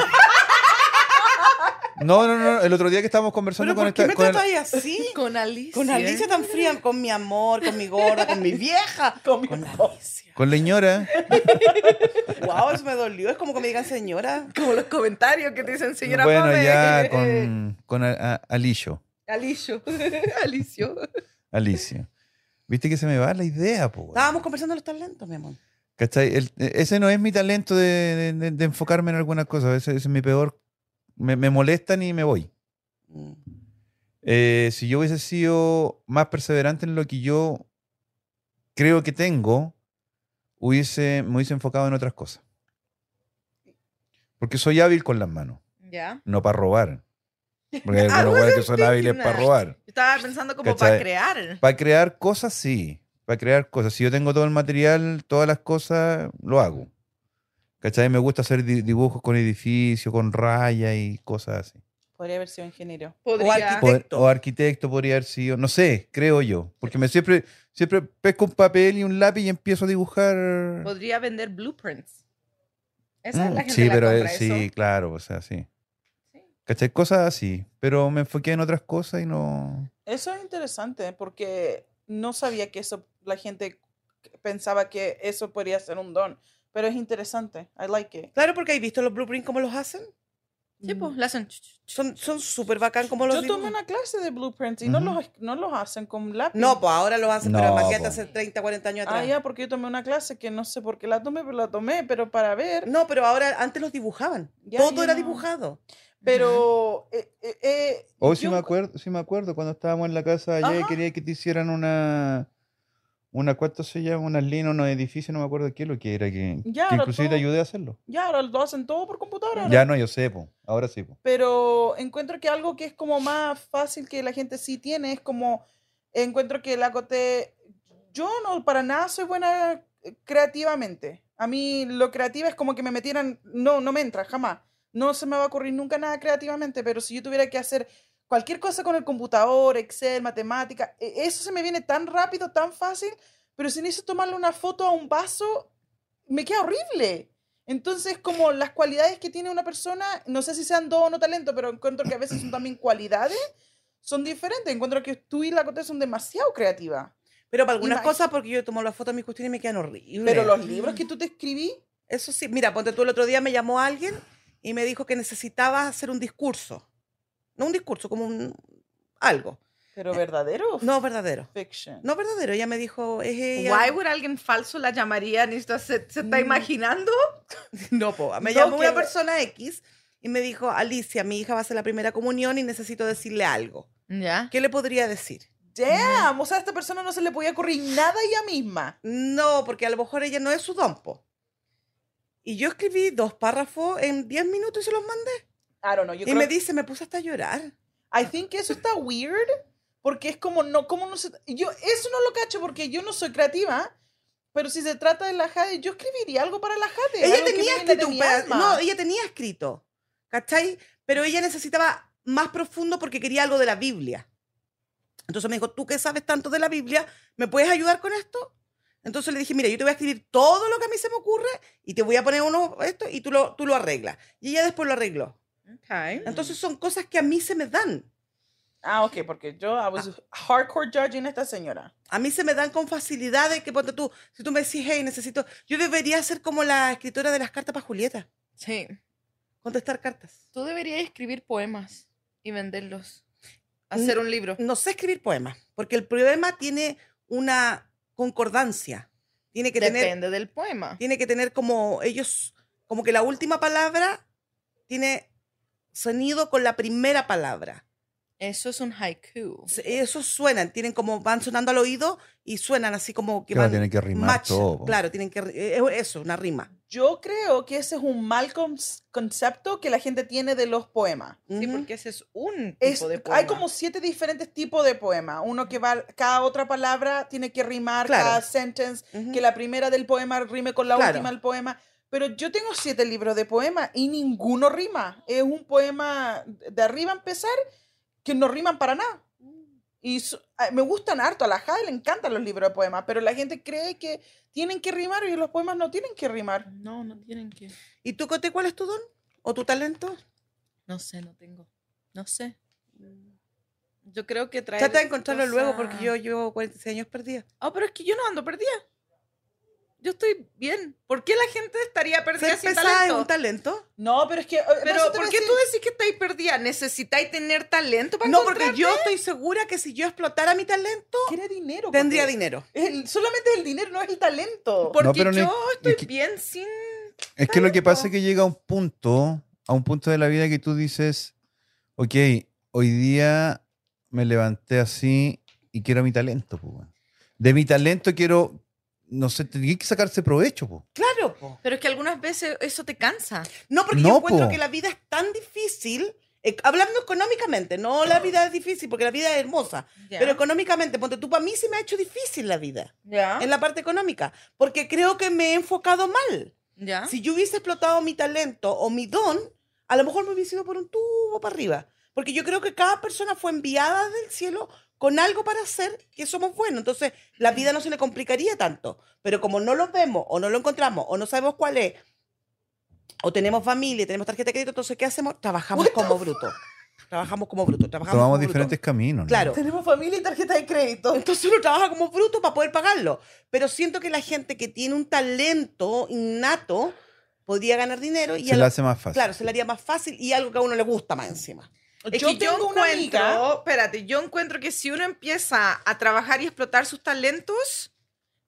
C: No, no, no, el otro día que estábamos conversando
A: ¿Pero
C: con
A: por qué
C: esta.
A: me
C: con el-
A: tratáis
D: <laughs>
A: así?
B: Con Alicia.
A: Con Alicia tan fría, con mi amor, con mi gorda, con mi vieja.
D: Con mi
A: Con
D: voz.
A: Alicia.
C: con la señora,
A: Wow, eso me dolió. Es como que me digan señora.
B: Como los comentarios que te dicen, señora
C: bueno,
B: Pame.
C: ya con, con a- a- Alicio,
B: <laughs> Alicio. <laughs> Alicio.
C: Alicia. Viste que se me va la idea, po. weón.
A: Estábamos conversando los talentos, mi amor.
C: ¿Cachai? El- ese no es mi talento de, de- de enfocarme en alguna cosa. Ese, ese es mi peor. Me, me molestan y me voy.
A: Mm.
C: Eh, si yo hubiese sido más perseverante en lo que yo creo que tengo, hubiese, me hubiese enfocado en otras cosas. Porque soy hábil con las manos,
B: Ya.
C: no para robar. Porque hay
B: I
C: algunos weones que son hábiles para
B: thinking that.
C: robar.
B: Yo estaba pensando como para
C: ¿Cachai?
B: crear.
C: Para crear cosas, sí. Para crear cosas. Si yo tengo todo el material, todas las cosas, lo hago. ¿Cachai? Me gusta hacer di- dibujos con edificios, con rayas y cosas así.
D: Podría haber sido ingeniero.
B: Podría.
A: arquitecto.
C: Poder- o arquitecto podría haber sido, no sé, creo yo. Porque me siempre, siempre pesco un papel y un lápiz y empiezo a dibujar.
B: Podría vender blueprints. Esa es
C: Mm,
B: la gente
C: sí,
B: la
C: pero
B: compra,
C: eh,
B: eso.
C: sí, claro, o sea, sí.
B: Sí.
C: ¿Cachai? Cosas así. Pero me enfoqué en otras cosas y no.
D: Eso es interesante ¿eh? porque no sabía que eso, la gente pensaba que eso podría ser un don, pero es interesante. I like it.
A: Claro, porque hay visto los blueprints cómo los hacen.
B: Sí, pues,
D: Mm.
B: la hacen.
A: Son son súper bacán como los
D: Yo tomé
A: dibujan.
D: una clase de blueprints y no,
C: Ujú.
D: los, no los hacen con lápiz.
A: No, pues ahora lo hacen, pero
C: No,
A: imagínate
C: po.
A: hace 30, 40 años atrás.
D: Ah, ya, porque yo tomé una clase que no sé por qué la tomé, pero la tomé, pero para ver.
A: No, pero ahora antes los dibujaban.
D: Ya,
A: Todo
D: ya
A: era
D: no.
A: dibujado.
D: Pero. eh, eh, eh,
C: Oh, sí
D: yo-
C: me acuerdo, sí me acuerdo cuando estábamos en la casa allá y
D: Ajá.
C: quería que te hicieran una. Una, ¿cuánto se llama? Unas líneas, unos edificios, no me acuerdo qué es lo que era. Que,
D: Ya,
C: que
D: ahora
C: inclusive te
D: todo-
C: ayudé a hacerlo.
D: Ya, ahora lo hacen todo por computadora. ahora.
C: Ya no, yo sé, po. Ahora sí, po.
D: pero encuentro que algo que es como más fácil que la gente sí tiene es como encuentro que la cote yo no para nada soy buena eh, creativamente a mí lo creativo es como que me metieran no no me entra jamás no se me va a ocurrir nunca nada creativamente pero si yo tuviera que hacer cualquier cosa con el computador Excel matemática e- eso se me viene tan rápido tan fácil pero si necesito tomarle una foto a un vaso me queda horrible entonces, como las cualidades que tiene una persona, no sé si sean don o no talento, pero encuentro que a veces son también cualidades, son diferentes. Encuentro que tú y la Cote son demasiado creativas.
A: Pero para algunas
D: Imag-
A: cosas, porque yo tomo las fotos de mis cuestiones y me quedan horribles.
D: Pero los libros que tú te escribí,
A: Eso sí, mira, ponte tú el otro día me llamó alguien y me dijo que necesitaba hacer un discurso. No un discurso, como un algo.
D: pero verdadero o
A: No verdadero.
D: fiction.
A: No verdadero. Ella me dijo, es ella.
B: Why would alguien falso la llamaría? Necesito- ¿Se, se está
D: Mm.
B: imaginando?
A: <laughs> No, po, me
D: No,
A: llamó
D: que-
A: una persona X y me dijo, Alicia, mi hija va a hacer la primera comunión y necesito decirle algo.
B: Ya.
A: ¿Qué le podría decir?
D: Damn, o sea, a esta persona no se le podía ocurrir nada ella misma.
A: No, porque a lo mejor ella no es su dompo. Y yo escribí dos párrafos en 10 minutos y se los mandé.
D: I don't know, yo
A: y
D: creo
A: me
D: que-
A: dice, me puse hasta a llorar.
D: I think que eso está weird porque es como no, como no se, yo eso no lo cacho porque yo no soy creativa, pero si se trata de la Jade, yo escribiría algo para la Jade.
A: Ella
D: algo que
A: tenía
D: viene de
A: escrito un
D: mi
A: pedazo.
D: alma.
A: No, ella tenía escrito. ¿Cachai? Pero ella necesitaba más profundo porque quería algo de la Biblia. Entonces me dijo, tú que sabes tanto de la Biblia, ¿me puedes ayudar con esto? Entonces le dije, mira, yo te voy a escribir todo lo que a mí se me ocurre y te voy a poner uno esto y tú lo, tú lo arreglas. Y ella después lo arregló.
B: Okay.
A: Entonces son cosas que a mí se me dan.
D: Ah, ok, porque yo I was
B: Ah.
D: hardcore judging a esta señora.
A: A mí se me dan con facilidad de que ponte tú, si tú me decís, hey, necesito, yo debería ser como la escritora de las cartas para Julieta,
B: Sí.
A: contestar cartas.
B: Tú deberías escribir poemas y venderlos. Hacer un libro.
A: No sé escribir poemas, porque el poema tiene una concordancia, Tiene que
B: Depende
A: tener,
B: del poema.
A: tiene que tener como ellos, como que la última palabra tiene sonido con la primera palabra.
B: Eso es un haiku.
A: Se- Esos suenan, tienen como van sonando al oído y suenan así como que
C: Claro,
A: van
C: tiene que rimar
A: match.
C: todo, po.
A: Claro, tienen que ri- eh, eso, una rima.
D: Yo creo que ese es un mal con- concepto que la gente tiene de los poemas.
B: Sí,
A: Ujú.
B: porque ese es un
D: Es-
B: tipo de poema.
D: hay como siete diferentes tipos de poema. Uno que va, cada otra palabra tiene que rimar,
A: Claro.
D: cada sentence,
A: Ujú.
D: que la primera del poema rime con la
A: Claro.
D: última del poema. Pero yo tengo siete libros de poema y ninguno rima. Es un poema de arriba a empezar que no riman para nada. Y so- a- me gustan harto, a la Jade le encantan los libros de poemas, pero la gente cree que tienen que rimar y los poemas no tienen que rimar.
B: No, no tienen que.
A: ¿Y tú, Cote, cuál es tu don o tu talento?
B: No sé, no tengo. No sé. Mm. Yo creo que traer.
A: Trata de encontrarlo luego porque
B: cosas-
A: yo llevo 46 años perdida.
B: Ah, pero es que yo no ando perdida. Yo estoy bien. ¿Por qué la gente estaría perdida
A: Ser
B: sin
A: pesada es
B: talento?
A: un talento.
D: No, pero es que... eh, por
B: Pero
D: eso te
B: ¿por
D: voy a
B: qué
D: decir-
B: tú decís que estáis perdida? ¿Necesitáis tener talento para
A: No,
B: encontrar?
A: porque yo estoy segura que si yo explotara mi talento,
D: Quiere dinero.
A: tendría
D: Cote.
A: dinero.
D: El- solamente es el dinero, no es el talento.
C: No,
B: Porque
C: pero ni-
B: yo estoy
C: es que-
B: bien sin.
C: Es que lo que pasa
B: po.
C: es que llega un punto, a un punto de la vida que tú dices, ok, hoy día me levanté así y quiero mi talento. po, weón. De mi talento quiero, no sé, tenía que sacarse provecho. po.
A: Claro, po.
B: Pero es que algunas veces eso te cansa.
A: No, porque yo
C: No,
A: encuentro
C: po.
A: que la vida es tan difícil, eh, hablando económicamente, no la vida es difícil, porque la vida es hermosa,
B: Ya.
A: pero económicamente, ponte tú, para mí se me ha hecho difícil la vida,
B: ya.
A: en la parte económica, porque creo que me he enfocado mal.
B: ya.
A: Si yo hubiese explotado mi talento o mi don, a lo mejor me hubiese ido por un tubo para arriba, porque yo creo que cada persona fue enviada del cielo con algo para hacer que somos buenos, entonces la vida no se le complicaría tanto, pero como no lo vemos o no lo encontramos o no sabemos cuál es, o tenemos familia, tenemos tarjeta de crédito, entonces ¿qué hacemos? Trabajamos como bruto. Trabajamos como bruto, trabajamos
C: Tomamos
A: como bruto.
C: diferentes caminos. ¿no?
A: Claro.
D: Tenemos familia y tarjeta de crédito.
A: Entonces uno trabaja como bruto para poder pagarlo. Pero siento que la gente que tiene un talento innato podría ganar dinero y
C: Se
A: a
C: le
A: la-
C: hace más fácil.
A: claro, se le haría más fácil y algo que a uno le gusta más encima.
B: Es
D: yo
B: que yo
D: tengo una
B: encuentro,
D: amiga-
B: espérate, yo encuentro que si uno empieza a trabajar y explotar sus talentos,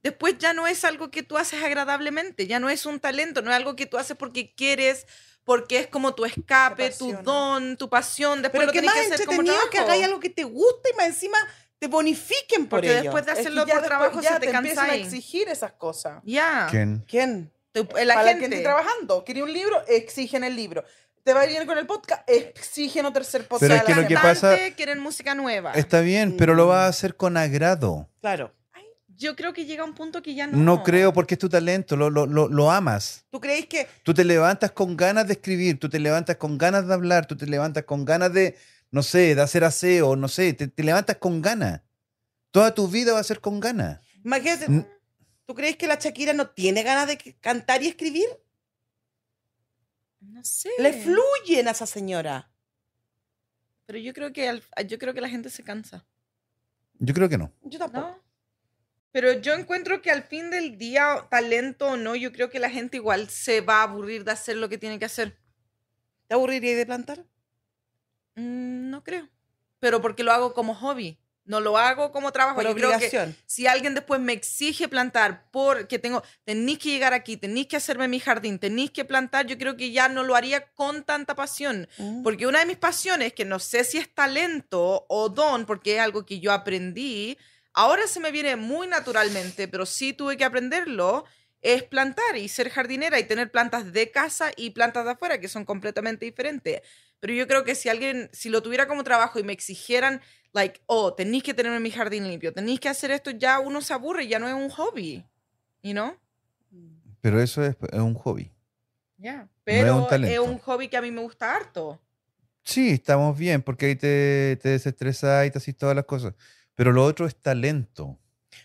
B: después ya no es algo que tú haces agradablemente, ya no es un talento, no es algo que tú haces porque quieres, porque es como tu escape, tu
D: apasiona.
B: don, tu pasión, después
A: Pero
B: lo
A: que
B: tenés
A: más
B: que hacer como
A: entretenido que
B: trabajo.
A: hagáis algo que te gusta y más encima te bonifiquen por
B: porque
A: ello.
B: después de
D: Es que
B: hacerlo
D: ya
B: por
D: después
B: trabajo
D: ya
B: se te,
D: empiezan a
B: cansáis.
D: exigir esas cosas.
B: Ya.
C: ¿Quién?
A: ¿Quién?
B: Tú- La
D: Para que
B: gente
D: esté trabajando, quería un libro, exigen el libro. ¿Te va bien con el podcast? Exigen otro tercer podcast.
C: Pero es que lo que
D: Cantante.
C: pasa-
B: Cantante, quieren música nueva.
C: Está bien, pero lo
A: Mm.
C: vas a hacer con agrado.
A: Claro.
B: Yo creo que llega un punto que ya no.
C: No, creo porque es tu talento, lo, lo- lo- lo amas.
A: ¿Tú creéis que
C: Tú te levantas con ganas de escribir, tú te levantas con ganas de hablar, tú te levantas con ganas de, no sé, de hacer aseo, no sé, te, te levantas con ganas. Toda tu vida va a ser con ganas.
A: imagínate,
C: Mm.
A: ¿tú creéis que la Shakira no tiene ganas de que- cantar y escribir?
B: No sé.
A: Le fluyen a esa señora.
B: Pero yo creo que al- yo creo que la gente se cansa.
C: Yo creo que no.
A: Yo tampoco.
B: ¿no? Pero yo encuentro que al fin del día, talento o no, yo creo que la gente igual se va a aburrir de hacer lo que tiene que hacer.
A: ¿Te aburriría de plantar?
B: Mm, no creo. Pero porque lo hago como hobby, no lo hago como trabajo.
A: Por
B: yo creo que
A: obligación.
B: si alguien después me exige plantar porque tengo, tenéis que llegar aquí, tenéis que hacerme mi jardín, tenéis que plantar, yo creo que ya no lo haría con tanta pasión.
A: Mm.
B: Porque una de mis pasiones, que no sé si es talento o don, porque es algo que yo aprendí, ahora se me viene muy naturalmente, pero sí tuve que aprenderlo, es plantar y ser jardinera y tener plantas de casa y plantas de afuera, que son completamente diferentes. Pero yo creo que si alguien, si lo tuviera como trabajo y me exigieran, like, oh, tenéis que tener mi jardín limpio, tenéis que hacer esto, ya uno se aburre, ya no es un hobby, you know?
C: Pero eso es, es un hobby.
B: ya
C: es un
B: Pero es,
C: talento.
B: un hobby que a mí me gusta harto.
C: Sí, estamos bien, porque ahí te, te desestresas y te haces todas las cosas. Pero lo otro es talento.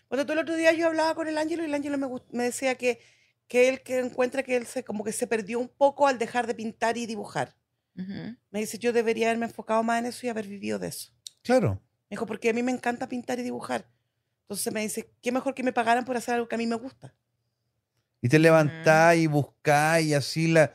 A: Cuando todo el otro día yo hablaba con el Ángelo y el Ángelo me, gust- me decía que, que él que encuentra que él se, como que se perdió un poco al dejar de pintar y dibujar.
B: Ujú.
A: Me dice, yo debería haberme enfocado más en eso y haber vivido de eso.
C: Claro.
A: Me dijo, porque a mí me encanta pintar y dibujar. Entonces me dice, qué mejor que me pagaran por hacer algo que a mí me gusta.
C: Y te levantás
B: Mm.
C: y buscás y así la,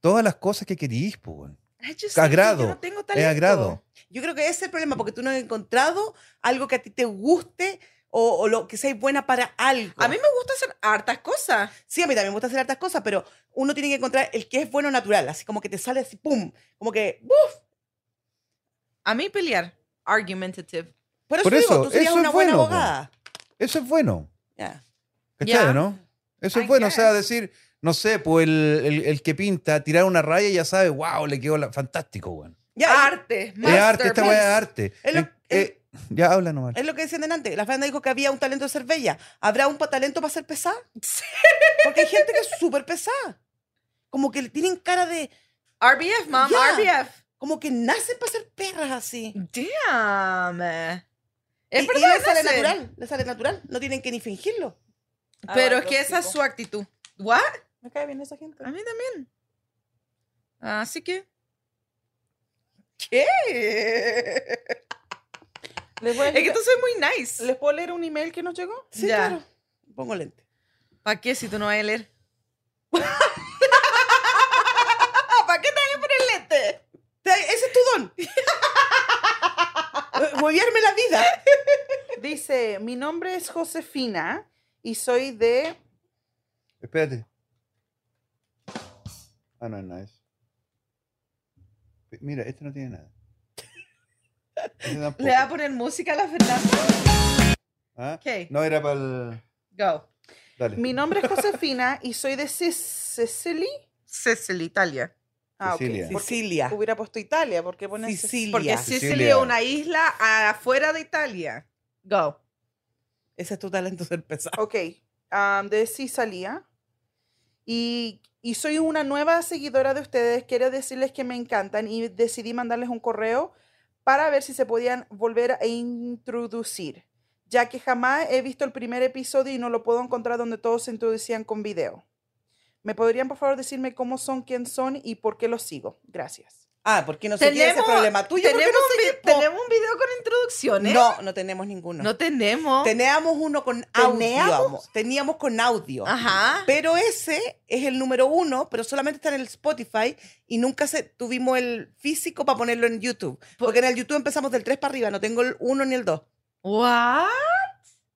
C: todas las cosas que querís, pues. weón.
B: Ay, yo sé que yo
C: Agrado,
B: no tengo
C: Es
B: talento.
C: agrado.
A: Yo creo que ese es el problema, porque tú no has encontrado algo que a ti te guste o, o lo que seáis buena para algo.
B: A mí me gusta hacer hartas cosas.
A: Sí, a mí también me gusta hacer hartas cosas, pero uno tiene que encontrar el que es bueno natural, así como que te sale así, pum, como que... ¡buf!
B: A mí pelear. Argumentative.
A: Por eso,
C: Por
A: digo,
C: eso,
A: tú serías
C: eso es
A: una buena
C: bueno, po.
A: abogada.
C: Eso es bueno.
A: Ya.
C: ¿Cachai,
B: Ya.
C: no? Eso es
B: I
C: bueno. O sea,
B: guess.
C: decir, no sé, pues el, el- el que pinta, tirar una raya y ya sabe, wow, le quedó la- fantástico, weón.
A: Ya, y-
B: arte.
C: Es arte, esta weá es arte.
A: Es lo-
C: Eh, eh, ya habla nomás.
A: Es lo que decían delante. La Fernanda dijo que había un talento de ser bella. ¿Habrá un pa- talento para ser pesada?
B: Sí.
A: Porque hay gente que es súper pesada. Como que le tienen cara de.
B: RBF, mom.
A: Ya.
B: RBF.
A: Como que nacen para ser perras así.
B: Damn. Es
A: y, y
B: verdad,
A: le sale
B: nacen.
A: natural. Le sale natural. No tienen que ni fingirlo.
B: Pero
D: Ah,
B: es que
D: los
B: esa es
D: tipos.
B: su actitud. ¿What?
D: Me cae bien esa gente.
B: A mí también. Así que. ¿Qué?
D: Les, voy a-
B: Es que tú soy muy nice.
D: ¿Les puedo leer un email que nos llegó?
A: Sí,
B: Ya.
A: claro. Pongo lente.
B: ¿Para qué si tú no vas a leer? ¿Para qué te vas a poner lente?
A: Te- Ese es tu don. Eh, Huevearme la vida.
D: Dice, mi nombre es Josefina y soy de...
C: Espérate. Ah, no es nada. eso. Pe- Mira, este no tiene nada. Este
B: <laughs>
C: tampoco.
B: ¿Le va a poner música a la Fernanda?
C: Ah,
B: Ok.
C: No era para el.
B: Go.
C: Dale.
D: Mi nombre es Josefina y soy de Sic- Sicily.
B: Cecily, Italia.
D: Ah, ok.
C: Sicilia.
D: Porque
A: Sicilia.
D: Hubiera puesto Italia, porque pone... Sic-
A: Sicilia.
B: Porque
C: Sicilia.
B: Sicily es una isla afuera de Italia. Go.
A: Ese es tu talento ser pesada.
D: Ok, am, de Cisalía. Y, y soy una nueva seguidora de ustedes. Quiero decirles que me encantan y decidí mandarles un correo para ver si se podían volver a introducir, ya que jamás he visto el primer episodio y no lo puedo encontrar donde todos se introducían con video. ¿Me podrían, por favor, decirme cómo son, quién son y por qué los sigo? Gracias.
A: Ah, ¿por qué no sé qué? Ese es problema tuyo. ¿Por qué
B: tenemos,
A: no
B: un ¿eh? vi-
A: po-
B: tenemos un video con introducciones.
A: No, no tenemos ninguno.
B: No tenemos.
A: Teníamos uno con audio.
D: ¿Teníamos?
A: amo. Teníamos con audio.
B: Ajá.
A: Pero ese es el número uno, pero solamente está en el Spotify y nunca se, tuvimos el físico para ponerlo en YouTube. Porque en el YouTube empezamos del 3 para arriba, no tengo el 1 ni el 2.
B: ¿What?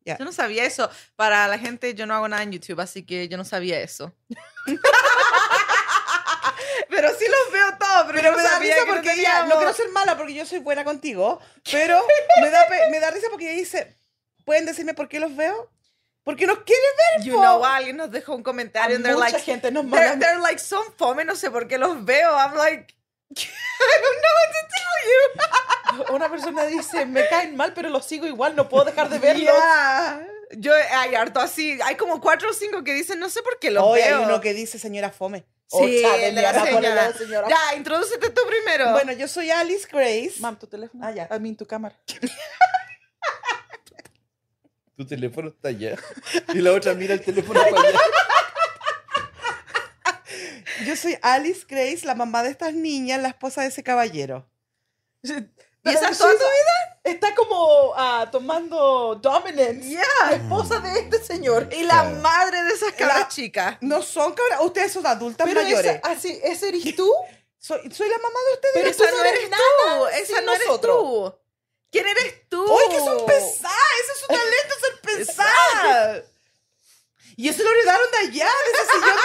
A: Ya.
B: Yo no sabía eso. Para la gente, yo no hago nada en YouTube, así que yo no sabía
A: <laughs>
B: eso. pero sí los veo todos, pero,
A: Pero
B: yo
A: me
B: no
A: da
B: sabía
A: risa
B: que no
A: porque ella,
B: teníamos.
A: no quiero ser mala porque yo soy buena contigo, pero me da, pe- me da risa porque ella dice, ¿pueden decirme por qué los veo? Porque nos quieren
B: You know, alguien nos dejó un comentario and they're
D: mucha
B: like,
D: gente nos manda
B: they're, they're like, son fome, no sé por qué los veo. I'm like, I don't know what to tell you.
D: Una persona dice, me caen mal, pero los sigo igual, no puedo dejar de verlos.
B: Yeah. Yo, hay harto así. Hay como cuatro o cinco que dicen, no sé por qué los
A: Hoy hay
B: veo.
A: uno que dice, señora Fome.
D: Oh,
B: Sí,
D: chale,
B: el de
D: me
B: la
D: van a poner
B: señora.
D: la señora.
B: Ya, introdúcete tú primero.
A: Bueno, yo soy Alice Grace.
D: Mam, tu teléfono.
A: Ah, ya.
D: I mean, tu cámara.
C: Tu teléfono está allá. <laughs> Y la otra mira el teléfono
B: <laughs>
C: para allá.
A: Yo soy Alice Grace, la mamá de estas niñas, la esposa de ese
D: <laughs>
A: caballero.
B: ¿Y esa es
D: Pero
B: toda
D: sí,
B: tu vida?
D: Está como ah, tomando dominance. La
B: Yeah.
D: esposa de este señor.
B: Y la
C: Claro.
B: madre de esas cabras
A: La-
B: chicas.
A: No son cabras, ustedes son adultas
D: Pero
A: mayores.
D: esa, así, ¿ese eres tú?
A: Soy, soy la mamá de ustedes.
D: Pero
B: esa
D: tú
B: no eres tú. Esa
D: sin
B: no eres
D: nosotros.
B: tú. ¿Quién eres tú?
A: ¡Uy, que son pesadas! ¡Ese es un talento, ser
D: <laughs>
A: pesada! Y eso lo heredaron de allá, de ese sillón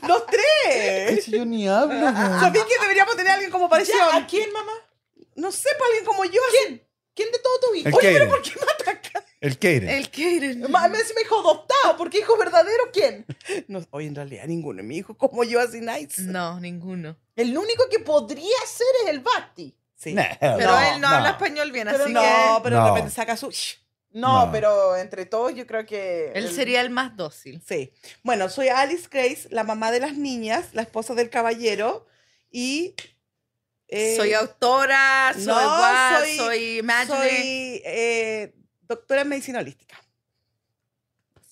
A: de allá. Los tres.
C: yo ni hablo, weón.
A: Sabí que deberíamos tener a alguien como parecido.
D: Ya, ¿A quién, mamá?
A: No sé, para alguien como yo.
D: ¿Quién? ¿Quién de todo tu hijo?
C: El
A: Oye, pero
C: Keire.
A: ¿por qué me atacan?
C: El Keire.
B: El Kaden.
D: Ma- Me me dijo adoptado, porque hijo verdadero, ¿quién?
A: No, oye, en realidad ninguno. Mi hijo como yo, así nice.
B: <laughs> No, ninguno.
D: El único que podría ser es el Basti.
A: Sí.
C: Nah.
B: Pero
A: No,
B: él no,
C: no.
B: habla español bien,
D: Pero
B: así
A: No,
D: eh.
B: que
A: pero de
C: No.
A: repente saca su... Shh.
D: No,
C: No.
D: pero entre todos yo creo que...
B: él
D: el-
B: sería el más dócil.
A: Sí. Bueno, soy Alice Grace, la mamá de las niñas, la esposa del caballero y... eh,
B: soy autora, soy
A: no,
B: guas,
A: soy-
B: soy, Imagine.
A: soy, eh, doctora en medicina holística.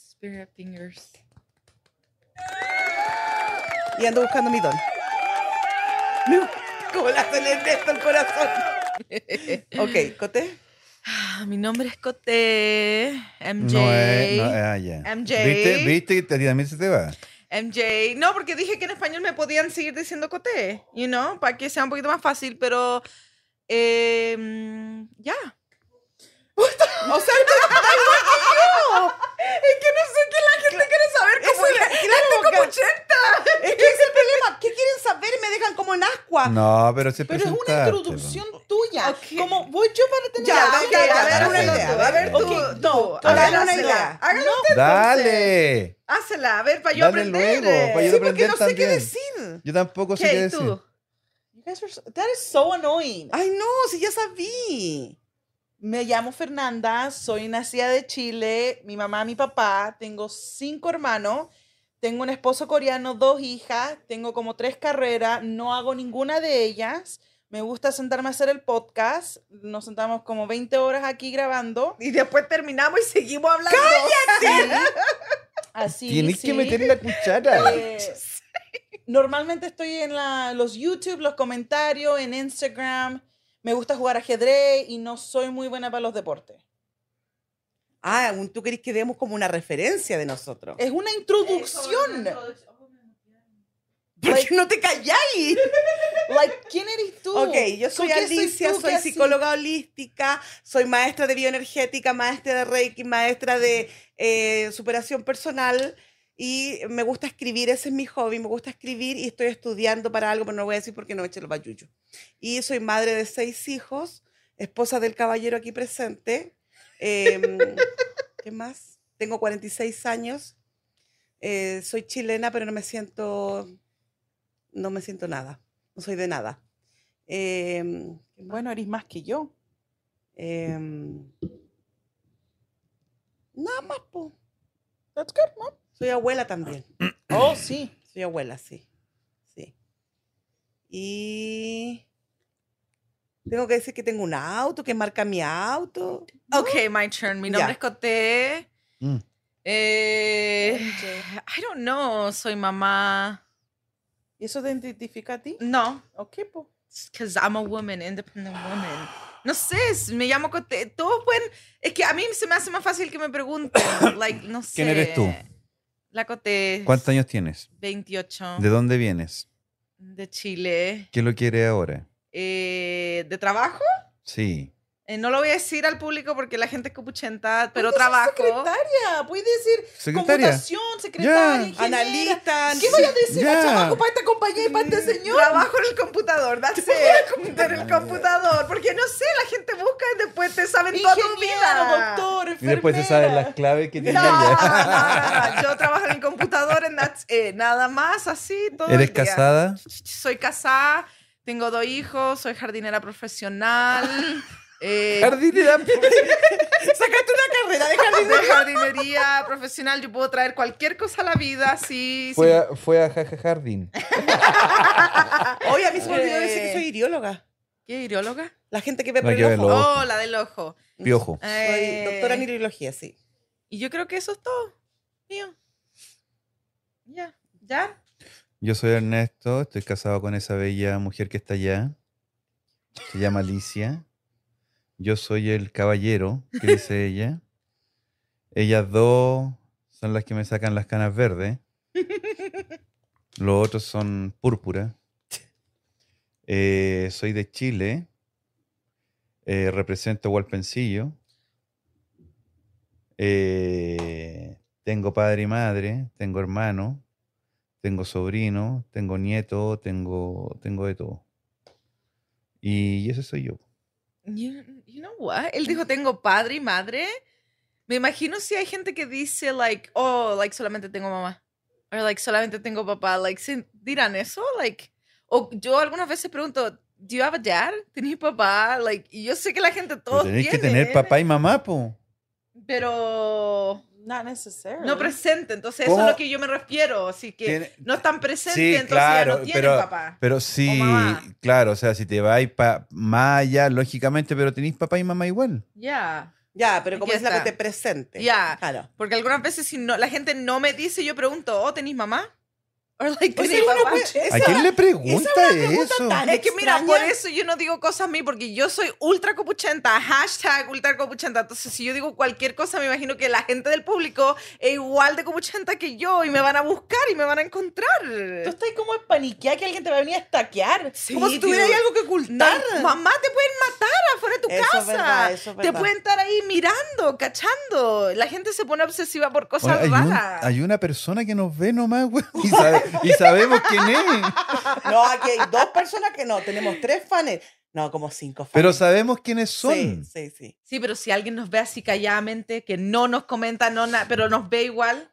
B: Spirit Fingers. <laughs>
A: Y ando buscando mi don. Como la celeste hasta el corazón. Ok, Cote.
B: Ah, Mi nombre es Cote. MJ.
C: No es, no es allá.
B: MJ.
C: ¿Viste? ¿Viste? que a ti también se te va.
B: MJ. No, porque dije que en español me podían seguir diciendo Cote, you know, em, para que sea un poquito más fácil, pero eh, mm, ya. O sea, Es que no sé qué la gente quiere saber. Como
A: Eso
B: que,
A: es-
B: gente
A: claro,
B: como
A: que-
B: 80.
A: Es que ese es el problema. ¿Qué quieren saber? Me dejan como en
B: Ah.
A: ascua.
C: No, pero se
D: Pero es una
C: presentaste, po.
D: introducción tuya.
B: Ok.
D: Como voy yo para tener
A: Ya,
D: la
A: ok,
D: idea.
A: ya,
C: dale una
B: tú,
C: idea,
B: A ver, tú. tú,
D: Ok, no,
B: hágala,
A: dale una
B: hágela,
A: idea.
B: hágala,
C: Dale.
B: Hácela, a ver, para yo
C: Dale
B: aprender.
C: luego,
B: eh.
C: pa' yo
A: Sí, porque
C: aprender
A: no sé qué
C: también.
A: decir.
C: Yo tampoco sé
B: Ok,
C: qué decir.
B: tú.
D: You guys are so- That is so annoying.
A: Ay, no, si ya sabí.
D: Me llamo Fernanda, soy nacida de Chile, mi mamá, mi papá, tengo cinco hermanos, tengo un esposo coreano, dos hijas, tengo como tres carreras, no hago ninguna de ellas, me gusta sentarme a hacer el podcast, nos sentamos como 20 horas aquí grabando.
B: Y después terminamos y seguimos hablando.
D: Así,
C: Tienes
D: sí.
C: que meter la cuchara. <laughs>
D: Eh, normalmente estoy en la- los YouTube, los comentarios, en Instagram, me gusta jugar ajedrez y no soy muy buena para los deportes.
A: Ah, un- tú querés que demos como una referencia de nosotros.
D: Es una introducción.
A: ¿Por qué no te calláis?
D: Like, ¿quién eres tú?
A: Ok, yo soy
D: ¿Con qué
A: Alicia,
D: tú? ¿Qué
A: soy
D: así?
A: psicóloga holística, soy maestra de bioenergética, maestra de Reiki, maestra de eh, superación personal y me gusta escribir, ese es mi hobby, me gusta escribir y estoy estudiando para algo, pero no lo voy a decir porque no me eche el bayuyo. Y soy madre de seis hijos, esposa del caballero aquí presente.
D: <laughs>
A: em, ¿Qué más? Tengo 46 años, eh, soy chilena, pero no me siento, no me siento nada, no soy de nada. Em, ¿qué más?
D: Bueno, eres más que yo.
A: Em, nada más, po.
D: That's good, mom.
A: Soy abuela también.
D: Oh, sí.
A: Soy abuela, sí. Sí. Y tengo que decir que tengo un auto, que marca mi auto.
B: Ok, my turn. Mi nombre
A: Ya.
B: es Coté.
C: Mm.
B: Eh,
D: MJ.
B: I don't know. Soy mamá.
D: ¿Y eso te identifica a ti?
B: No,
D: Ok, po.
B: because I'm a woman, independent woman. No sé, es- me llamo Coté. Todos pueden. Es que a mí se me hace más fácil que me <coughs> pregunten. Like, no sé.
C: ¿Quién eres tú?
B: La Coté.
C: ¿Cuántos años tienes?
B: 28.
C: ¿De
B: De,
C: dónde vienes?
B: Chile.
C: ¿Qué lo quiere ahora?
B: Eh, ¿De trabajo?
C: Sí.
B: Eh, no lo voy a decir al público porque la gente es copuchenta, pero trabajo.
D: Secretaria, puedes decir
C: Secretaria.
D: computación, secretaria,
C: Ya.
D: ingeniera.
A: Analista.
D: ¿Qué voy a decir
C: Ya.
D: a trabajo para esta compañía y para este señor?
B: Trabajo en el computador, that's it. <laughs> En el computador. Porque no sé, la gente busca y después te saben toda tu vida.
D: Ingeniero, doctor,
C: Y
D: enfermera.
C: después se saben las claves que
B: No,
C: tiene
B: no,
C: ella.
B: no, no, Yo trabajo en el computador, and that's it. Nada más, así, todo el
C: ¿Eres
B: día.
C: casada?
B: Soy casada, tengo dos hijos, soy jardinera profesional. eh,
C: Jardinera.
A: Sacaste una carrera de jardín.
B: de jardinería profesional, yo puedo traer cualquier cosa a la vida, sí. sí.
C: Fue a, fue a Jaja Jardín.
A: <laughs> Oye, a mí se me olvidó decir que soy irióloga.
B: ¿Qué iróloga?
A: La gente que ve
C: La
A: por
C: que ve
A: el
C: lo-
A: ojo.
B: Oh, la del ojo.
C: Piojo.
A: Soy
B: Eh,
A: doctora en iriología, sí.
B: Y yo creo que eso es todo. Mío. Ya. ¿Ya?
C: Yo soy Ernesto, estoy casado con esa bella mujer que está allá. Se llama Alicia. Yo soy el caballero, que dice ella. Ellas dos son las que me sacan las canas verdes. Los otros son púrpura. Eh, soy de Chile. Eh, represento Hualpencillo. Eh, tengo padre y madre, tengo hermano, tengo sobrino, tengo nieto, tengo, tengo de todo. Y ese soy yo.
B: You, you know what? Él dijo, tengo padre y madre. Me imagino si hay gente que dice, like, oh, like, solamente tengo mamá. O, like, solamente tengo papá. Like, ¿se- ¿dirán eso? Like, o yo algunas veces pregunto, ¿do you have a dad? ¿Tenés papá? Like, y yo sé que la gente
C: Pero
B: todos
C: tenéis que
B: tienen, ¿eh?
C: tener papá y mamá, po.
B: Pero
D: Not necessary.
B: no presente. Entonces, eso
C: ¿Cómo?
B: es lo que yo me refiero. Así que
C: Tiene-
B: no están presentes,
C: Sí,
B: entonces ya
C: claro,
B: no tienen
C: pero-
B: papá.
C: Pero sí,
B: mamá.
C: claro, o sea, si te vais pa más allá, lógicamente, pero tenéis papá y mamá igual.
B: Ya.
A: Ya, pero como
B: Ya
A: es la
B: está.
A: que te presente.
B: Ya.
A: Claro.
B: Porque algunas veces si no, la gente no me dice, yo pregunto, ¿oh, tenés mamá? Or like,
A: O sea,
B: "Ay,
A: uno
B: papá".
A: puede-
C: ¿A quién le pregunta eso?
A: tan
B: Es que mira, por
A: extraña.
B: eso yo no digo cosas a mí, porque yo soy ultra copuchenta, <laughs> hashtag ultra copuchenta. Entonces, si yo digo cualquier cosa, me imagino que la gente del público es igual de copuchenta que yo y me van a buscar y me van a
D: Tú
B: encontrar.
D: estás como paniqueada que alguien te va a venir a estaquear.
B: Sí,
D: como si tuviera
B: tío.
D: ahí algo que
B: No,
D: ocultar.
B: mamá, te pueden matar afuera de tu
A: Eso es
B: casa.
A: verdad, eso es
B: Te
A: verdad.
B: pueden estar ahí mirando, cachando. La gente se pone obsesiva por cosas
C: Ahora, hay, un-
B: raras.
C: hay una persona que nos ve nomás,
B: <laughs>
C: güey. Y, sabe- y sabemos quién es.
A: No, aquí hay dos personas que no, tenemos tres fans. No, como cinco fans.
C: Pero sabemos quiénes son.
A: Sí, sí, sí.
B: Sí, pero si alguien nos ve así calladamente, que no nos comenta, no na- pero nos ve igual,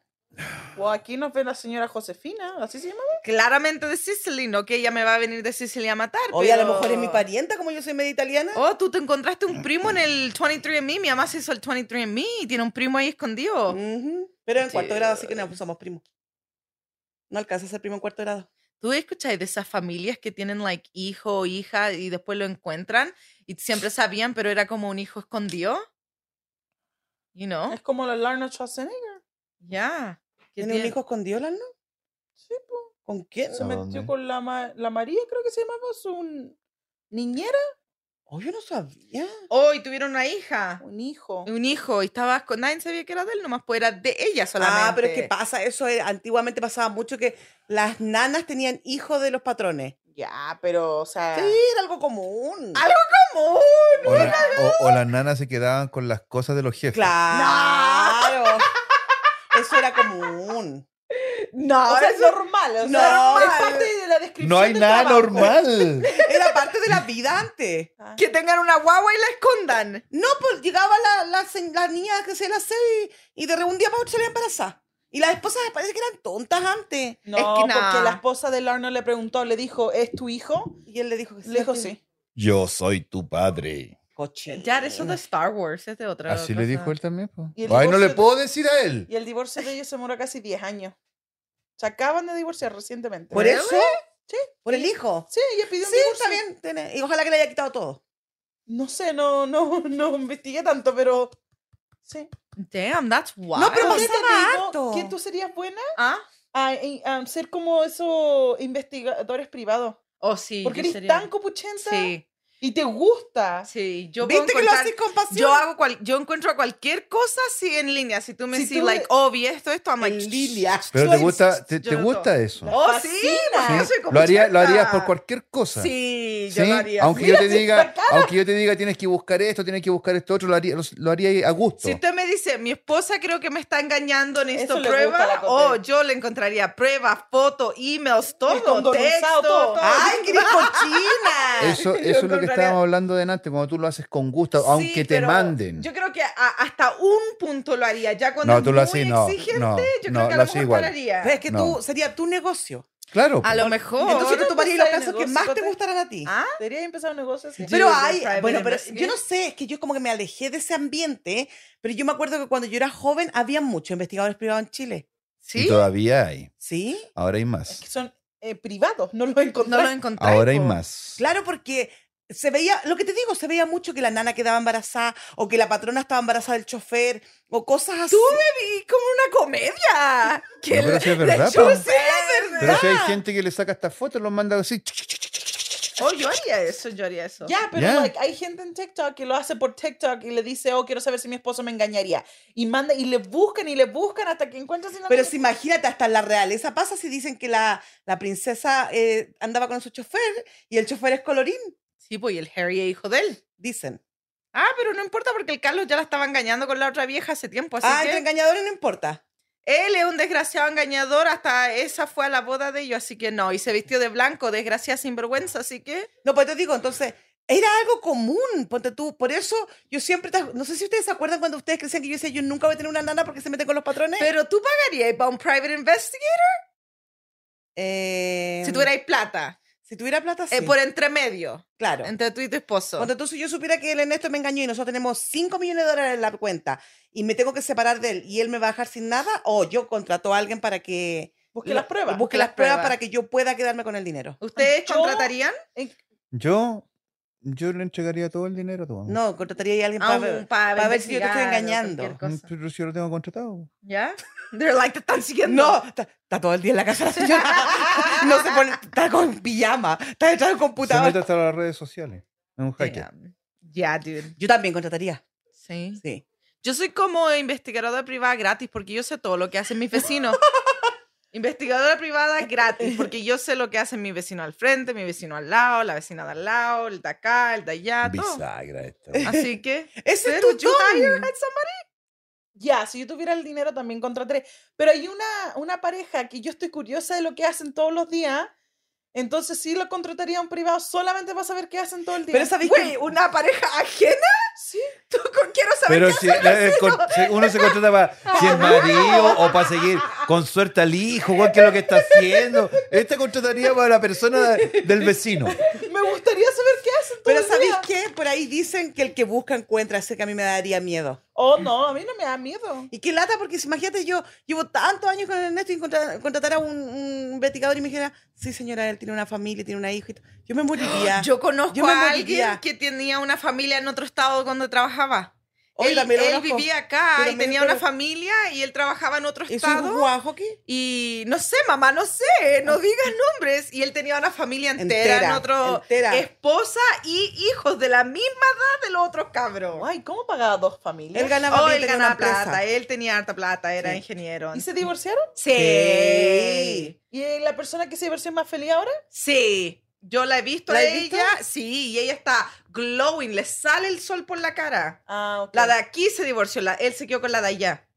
D: O aquí nos ve la señora Josefina, así se llama.
B: claramente de Sicily, no que ella me va a venir de Sicily a matar.
A: Oye, a lo
B: pero-
A: mejor es mi parienta, como yo soy media italiana.
B: Oh, tú te encontraste un primo en el 23andMe. Mi mamá se hizo el 23andMe y tiene un primo ahí
A: Mm.
B: escondido.
A: Ujú. Pero en cuarto
B: Dude.
A: grado, así que no, pues somos primos. No alcanza a ser primo en cuarto grado.
B: ¿Tú escucháis de esas familias que tienen, like, hijo o hija y después lo encuentran y siempre sabían, pero era como un hijo escondido? You know?
D: Es como la Larna Schwarzenegger.
B: Yeah. Que
A: ¿Tiene un
B: tienen-
A: hijo escondido, Lano?
D: Sí, po.
A: pues. ¿Con quién?
D: Se
C: ¿A
D: metió
C: dónde?
D: con la, Ma- la María, creo que se llamaba, su niñera,
A: Oh, yo no sabía.
B: Oh, y tuvieron una hija.
D: un hijo.
B: Un hijo. Y estabas con... Nadie sabía que era de él, nomás pues era de ella solamente.
A: Ah, pero es que pasa eso. eh, antiguamente pasaba mucho que las nanas tenían hijos de los patrones.
D: Ya, pero, o sea...
A: Sí, era algo común.
B: Ah, ¿Cómo?
C: O, la- o- o las nanas se quedaban con las cosas de los jefes.
A: Claro. Eso era común.
D: No,
A: o sea,
D: es
A: no-
D: normal, o sea,
A: no,
D: es parte de la descripción
C: No hay
D: del
C: nada
D: trabajo.
C: normal.
A: Era parte de la vida antes.
D: Ah.
B: Que tengan una guagua y la escondan.
A: No, pues llegaba la, la, se- la niña que se la seis y de re- un día para otro salía embarazada. Y las esposas parece que eran tontas antes.
D: No,
B: Es que
D: porque
B: nah.
D: la esposa de Larno le preguntó, le dijo, ¿es tu hijo?
A: Y él le dijo que
D: Le dijo,
A: tiene-
D: sí.
C: Yo soy tu padre.
A: Cochina.
B: Ya, eso
A: Ah.
B: de Star Wars, es de otra.
C: Así le
B: cosa.
C: dijo él también. po.
D: Y el
C: Ay, no le
D: divorcio-
C: puedo decir a él.
D: Y el divorcio de ellos se demoró casi 10 años. Se acaban de divorciar recientemente.
A: ¿Por eso?
D: Sí.
A: ¿Por el hijo?
D: Sí, ella pidió un
A: Sí,
D: divorcio.
A: está bien. tiene- Y ojalá que le haya quitado todo.
D: No sé, no, no, no investigué tanto, pero... Sí.
B: Damn, that's wild.
A: No, pero
D: ¿Por qué te
A: pasaba
D: digo
A: harto.
D: que tú serías buena
B: ¿Ah?
D: a, en- a ser como esos investigadores privados.
B: Oh, sí.
D: Porque
B: yo
D: eres
B: sería-
D: tan copuchenta
B: Sí,
D: y te gusta.
B: sí. Yo puedo
A: ¿Viste que lo
B: encontrar-
A: haces con pasión?
B: Yo hago cual- yo encuentro cualquier cosa así en línea. Si tú me
D: Si
B: decís,
D: tú-
B: like, oh, vi esto, esto, I'm like,
A: En línea.
C: <laughs> Pero te
B: soy-
C: gusta, te,
B: yo
C: te
B: lo
C: gusta eso.
B: Oh, sí.
D: Fascina.
B: yo
C: Sí,
B: soy
C: Lo, haría- lo harías
B: copuchenta.
C: por cualquier cosa.
B: Sí, yo
C: ¿Sí?
B: lo haría.
C: Aunque
B: sí.
C: yo te
D: si
C: diga,
D: está
C: aunque yo te diga tienes que buscar esto, tienes que buscar esto otro, lo haría, los- lo haría a gusto.
B: Si usted me dice, mi esposa creo que me está engañando, necesito
D: Eso le gusta a
B: pruebas,
D: la Cote.
B: oh, yo le encontraría pruebas, fotos, emails, todo, texto.
D: condensado, todo, todo.
B: ¡Ay, qué cochina! <laughs>
C: Eso,
B: Yo
C: eso es lo que
B: encontraría-
C: estábamos hablando delante, cuando tú lo haces con gusto,
B: Sí,
C: aunque te
B: pero
C: manden.
B: Yo creo que a- hasta un punto lo haría. Ya cuando
C: No,
B: es
C: tú lo
B: muy
C: haces, no,
B: exigente,
C: no,
B: yo
C: no,
B: creo que a
C: lo
B: lo
C: haces
B: mejor
C: igual.
A: Pero es
B: pararía.
A: que
C: No.
A: tú, sería tu negocio.
C: Claro.
B: Pues, A
C: po.
B: lo mejor.
A: Entonces tú
D: no
B: pues,
A: tomarías los
D: empezar
A: casos que
D: negocio,
A: más te
D: Cote.
A: gustaran a ti.
B: Ah,
D: Deberías empezar un negocio así.
B: Sí.
A: Pero
B: Dude,
A: hay,
B: the private
A: bueno, pero yo
B: investigator.
A: no sé, es que yo como que me alejé de ese ambiente, pero yo me acuerdo que cuando yo era joven había muchos investigadores privados en Chile.
C: Y
B: ¿sí?
C: todavía hay.
A: ¿Sí?
C: Ahora hay
D: Es que
C: más.
D: son eh, privados, no los
B: No lo
D: encontrás.
B: encontré. pues.
C: Ahora hay
B: po.
C: más.
A: Claro, porque se veía, lo que te digo, se veía mucho que la nana quedaba embarazada o que la patrona estaba embarazada del chofer o cosas así.
B: Tú me vi como una comedia. Que
C: <laughs> No, pero
B: la-
C: sí es
B: la
C: verdad, pues.
B: Yo
C: po.
B: sí, es
C: Pero
B: verdad.
C: si hay gente que le saca estas fotos, los manda así.
B: Oh, yo haría eso, yo haría eso.
D: Ya, pero
C: Ya.
D: like, hay gente en TikTok que lo hace por TikTok y le dice, oh, quiero saber si mi esposo me engañaría. Y manda, y le buscan y le buscan hasta que encuentran si no
A: Pero
D: le-
A: si imagínate, hasta en la realeza pasa si dicen que la, la princesa eh, andaba con su chofer y el chofer es colorín,
B: Sí, pues, y el Harry es hijo de él.
A: dicen.
B: Ah, pero no importa porque el Carlos ya la estaba engañando con la otra vieja hace tiempo. Así
A: ah,
B: que
A: entre engañadores no importa.
B: él es un desgraciado engañador. Hasta esa fue a la boda de ellos, así que no. Y se vistió de blanco, desgraciada sinvergüenza, así que.
A: No, pues te digo, entonces, era algo común, ponte tú. Por eso yo siempre, te- no sé si ustedes se acuerdan cuando ustedes crecían que yo decía, yo nunca voy a tener una nana porque se mete con los patrones.
B: Pero tú pagarías para un private investigator
A: Eh,
B: si tuvierais plata.
A: si tuviera plata, sí.
B: Eh, por entremedio.
A: claro.
B: Entre tú y tu esposo.
A: Cuando tú, si yo supiera que el Ernesto me engañó y nosotros tenemos 5 millones de dólares en la cuenta y me tengo que separar de él y él me va a dejar sin nada, o yo contrato a alguien para que
D: Busque las pruebas.
A: busque las pruebas para que yo pueda quedarme con el dinero.
B: ¿Ustedes
D: Yo-
B: contratarían
C: Yo, yo le entregaría todo el dinero. todo.
A: No, contrataría a alguien
B: a
A: para ver-
B: un para
A: para ver si yo te estoy
B: investigar o
C: Mm, pues,
A: engañando.
B: cualquier cosa?
C: Pero si yo lo tengo contratado.
B: ¿Ya? They're like, te están siguiendo.
A: No, está, está todo el día en la casa de la señora. No se pone, está con pijama, está detrás del
C: Se mete
A: computador.
C: hasta las redes sociales. Es un hacker.
B: Damn. Yeah, dude.
A: Yo también contrataría.
B: Sí.
A: Sí.
B: Yo soy como investigadora privada gratis porque yo sé todo lo que hacen mis <laughs> vecinos. investigadora privada <laughs> gratis porque yo sé lo que hacen mi vecino al frente, mi vecino al lado, la vecina de al lado, el de acá, el de allá, todo.
C: Bisagra
A: <laughs>
C: esta.
B: Así que,
A: Ese es
B: Pero
A: tu
B: you hire
A: don.
B: at somebody.
D: Ya, si yo tuviera el dinero también contrataré. Pero hay una, una pareja que yo estoy curiosa de lo que hacen todos los días. Entonces sí lo contrataría a un privado solamente para saber qué hacen todo el día.
A: Pero sabéis
B: Güey,
A: que
B: una pareja ajena.
D: Sí.
B: <laughs> ¿Tú con quiero saber
C: Pero
B: qué
C: si
B: hacen los
C: eh, con- si uno se contrata para
A: <laughs>
C: si es marido o para seguir con suerte al hijo, igual que lo que está haciendo. Este contrataría para la persona del vecino.
D: Me gustaría saber qué hacen todo
A: Pero
D: el
A: ¿sabéis
D: día.
A: qué? Por ahí dicen que el que busca encuentra, ese que a mí me daría miedo.
D: Oh, no, a mí no me da miedo.
A: Y qué lata, porque si, imagínate, yo llevo tantos años con Ernesto y contra- contratara un, un investigador y me dijera, sí señora, él tiene una familia, tiene una hija. y todo". Yo me moriría.
B: <gasps> Yo conozco
A: Yo me
B: a
A: moriría.
B: alguien que tenía una familia en otro estado cuando trabajaba.
A: Hoy
B: él
A: también lo
B: él
A: conozco.
B: vivía acá
A: Pero
B: y
A: me-
B: tenía
A: pero-
B: una familia y él trabajaba en otro
A: ¿Eso es un
B: estado.
A: guajo aquí?
B: Y no sé, mamá, no sé, no digas nombres. Y él tenía una familia entera, en
A: Entera,
B: otro
A: entera.
B: esposa y hijos de la misma edad de los otros cabros.
D: Ay, ¿cómo pagaba dos familias?
A: Él ganaba
B: Oh,
A: bien,
B: él
A: tenía
B: ganaba
A: una empresa.
B: plata, él tenía harta plata, era
A: Sí.
B: ingeniero.
D: ¿Y
B: Sí.
D: se divorciaron?
B: sí.
D: ¿Y la persona que se divorció es más feliz ahora?
B: Yo la he visto
A: ¿La
B: a
A: has
B: ella,
A: visto?
B: sí, y ella está glowing, le sale el sol por la cara.
D: Ah, ok.
B: La de aquí se divorció, la, él se quedó con la de allá.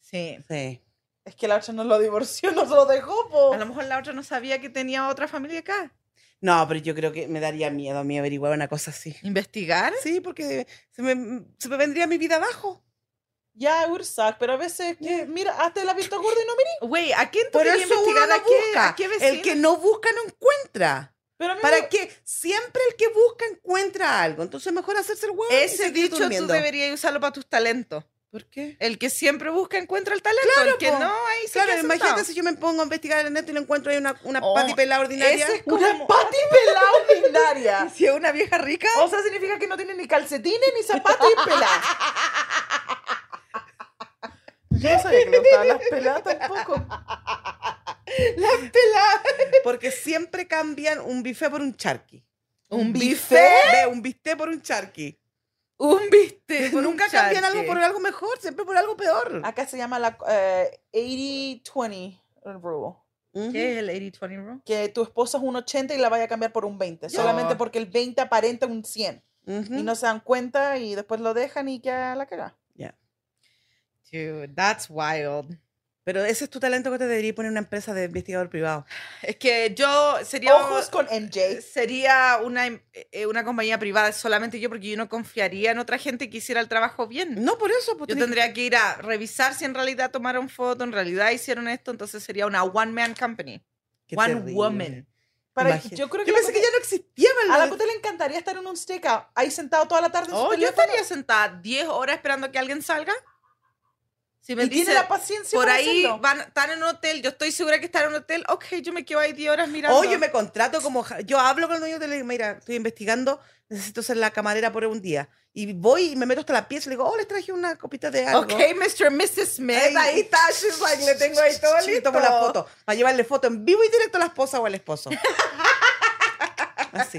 B: Sí.
A: Sí.
D: Es que la otra no lo divorció, no se lo dejó, po.
B: A lo mejor la otra no sabía que tenía otra familia acá.
A: No, pero yo creo que me daría miedo a mí averiguar una cosa así.
B: ¿Investigar?
A: Sí, porque se me, se me vendría mi vida abajo.
D: Ya, Ursac, pero a veces, que, mira, hasta la vista gorda y no mira.
B: Güey, ¿a quién tú
A: Por
B: querías
A: eso uno
B: investigar?
A: no
B: ¿A qué?
A: busca.
B: ¿A qué
A: el que
B: vecino? Mm.
A: no busca no encuentra.
D: Pero a mí me-
A: Para que siempre el que busca encuentra algo. Entonces mejor hacerse el huevo. y
B: Ese
A: seguir
B: dicho
A: durmiendo.
B: tú deberías usarlo para tus talentos.
A: ¿Por qué?
B: El que siempre busca encuentra el talento. el que
A: po.
B: no, ahí se
A: Claro,
B: queda
A: imagínate
B: sentado.
A: si yo me pongo a investigar en esto y le encuentro ahí una, una
B: Oh,
A: pati pelada ordinaria.
B: ese es
D: Una pati pelada ordinaria.
B: Si es una vieja rica,
D: <laughs> O sea, significa que no tiene ni calcetines, ni zapatos y <laughs> pelada. Yo no sabía que le gustaban las peladas tampoco.
A: <laughs> Porque siempre cambian un bife por un charqui.
B: Oh, un bife,
D: ¿Buffet?
A: Ve, Un bistec por un charqui.
B: un bistec. <laughs> por un
A: Nunca cambian
B: charque.
A: algo por algo mejor, siempre por algo peor.
D: Acá se llama la eh, 80-20 rule.
A: Ujú.
B: ¿Qué es el 80-20 rule?
D: Que tu esposa es un 80 y la vaya a cambiar por un 20. Solamente
B: Oh.
D: porque el 20 aparenta un 100.
A: Ujú.
D: Y no se dan cuenta y después lo dejan y queda la caga.
B: Dude, that's wild.
A: Pero ese es tu talento que te debería poner una empresa de investigador
B: <laughs>
A: privado.
B: Es que yo sería
D: Ojos con MJ.
B: eh, sería una, em- eh, una compañía privada solamente yo porque yo no confiaría en otra gente que hiciera el trabajo bien.
A: No por eso, pues tenés
B: Yo
A: que-
B: tendría que ir a revisar si en realidad tomaron foto, en realidad hicieron esto, entonces sería una one man company,
A: Qué
B: one
A: terrible.
B: woman.
D: Para-
A: Imagínate.
D: yo creo que
A: Yo
D: la
A: pensé que
D: Cote-
A: ya no existía,
D: a
A: ¿verdad?
D: la Cote le encantaría estar en un stakeout ahí sentado toda la tarde en su
B: Oh, yo
D: teléfono.
B: estaría sentada 10 horas esperando que alguien salga. Si me
D: y
B: dice
D: tiene la paciencia
B: por
D: para
B: ahí
D: hacerlo.
B: van, están en un hotel, yo estoy segura que están en un hotel. Ok, yo me quedo ahí 10 horas mirando.
A: Oh, yo me contrato como. ja- Yo hablo con el dueño y le digo, mira, estoy investigando, necesito ser la camarera por un día. Y voy y me meto hasta la pieza y le digo, oh, les traje una copita de algo.
B: Ok, Mr. Mrs. Smith,
A: Ay.
B: ahí está, she's like, le tengo ahí todo
A: Sí,
B: listo.
A: tomo la foto. Para llevarle foto en vivo y directo a la esposa o al esposo. Así.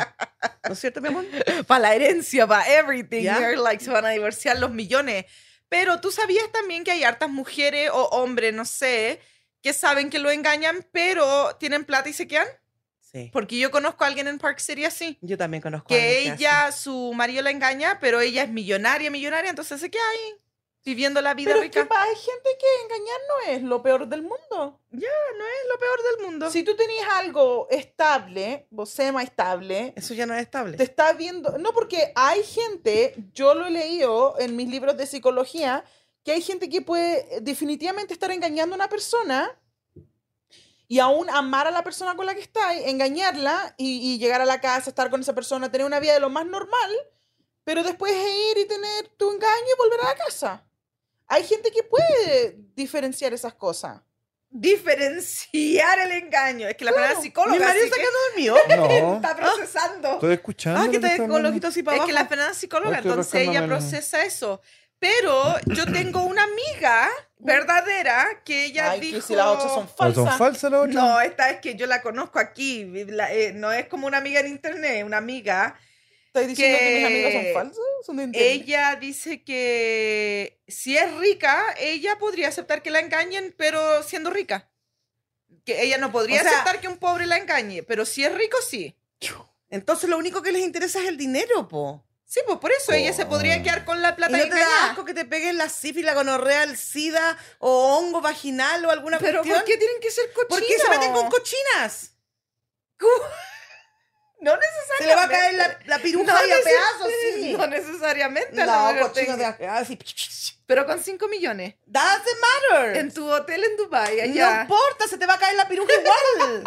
A: ¿No es cierto, mi amor?
B: para la herencia, para everything.
A: Ya.
B: You're like, se van a divorciar los millones. Pero tú sabías también que hay hartas mujeres o hombres, no sé, que saben que lo engañan, pero tienen plata y se quedan.
A: Sí.
B: Porque yo conozco a alguien en Park City así.
A: Yo también conozco a
B: Que
A: alguien que
B: ella, su marido la engaña, pero ella es millonaria, millonaria, entonces se queda ahí, viviendo la vida
D: Pero es que
B: rica.
D: pa- hay gente que engañar no es lo peor del mundo.
B: Es lo peor del mundo.
D: Si tú tenías algo estable, vos sea más estable,
A: Eso ya no es estable.
D: te está viendo. No, porque hay gente, yo lo he leído en mis libros de psicología, que hay gente que puede eh, definitivamente estar engañando a una persona y aún amar a la persona con la que está, y engañarla y, y llegar a la casa, estar con esa persona, tener una vida de lo más normal, pero después ir y tener tu engaño y volver a la casa. Hay gente que puede diferenciar esas cosas.
B: Diferenciar el engaño. Es que la palabra psicóloga
A: Mi marido
B: así
A: está
B: que Ah.
A: quedando mío.
C: No,
B: está procesando.
C: estoy escuchando.
A: Ah,
C: lo
A: que
C: está
A: te con
C: hablando.
A: los ojitos así para
B: Es
A: abajo.
B: que la Fernanda es psicóloga,
C: Ay, estoy
B: entonces ella
C: rascándome la-
B: procesa eso. Pero yo tengo una amiga hija verdadera que ella
D: Ay,
B: dijo...
D: que si las ocho son
C: ¿O
D: falsas.
C: son falsas las otras?
A: eh.
B: No, esta es que yo la conozco aquí. la- eh, no es como una amiga en internet, una amiga.
D: ¿Estáis diciendo que... mis amigas
B: que
D: son falsas? Son de internet.
B: Ella dice que si es rica, ella podría aceptar que la engañen, pero siendo rica. Que ella no podría
A: O sea-
B: aceptar que un pobre la engañe, pero si es rico, sí.
A: Entonces lo único que les interesa es el dinero, po.
B: Sí, pues por eso ella se podría
C: Oh.
B: quedar con la
A: ¿Y
B: plata
A: no te da
B: engañada.
A: asco que te peguen la sífilis, la gonorrea, el sida o hongo vaginal o alguna
B: Pero
A: cuestión?
B: ¿por qué tienen que ser cochinos?
A: ¿Por qué se meten con cochinas?
B: <laughs> No
A: Se le va a caer la, la piruja y a
B: neces-
A: pedazos, sí.
B: <laughs> No necesariamente. a lo
A: No,
B: mejor
A: cochinos
B: te-
A: de así.
B: Pero con 5 millones.
A: Doesn't matter.
B: En tu hotel en Dubai
A: No
B: allá.
A: importa, se te va a caer la piruja igual.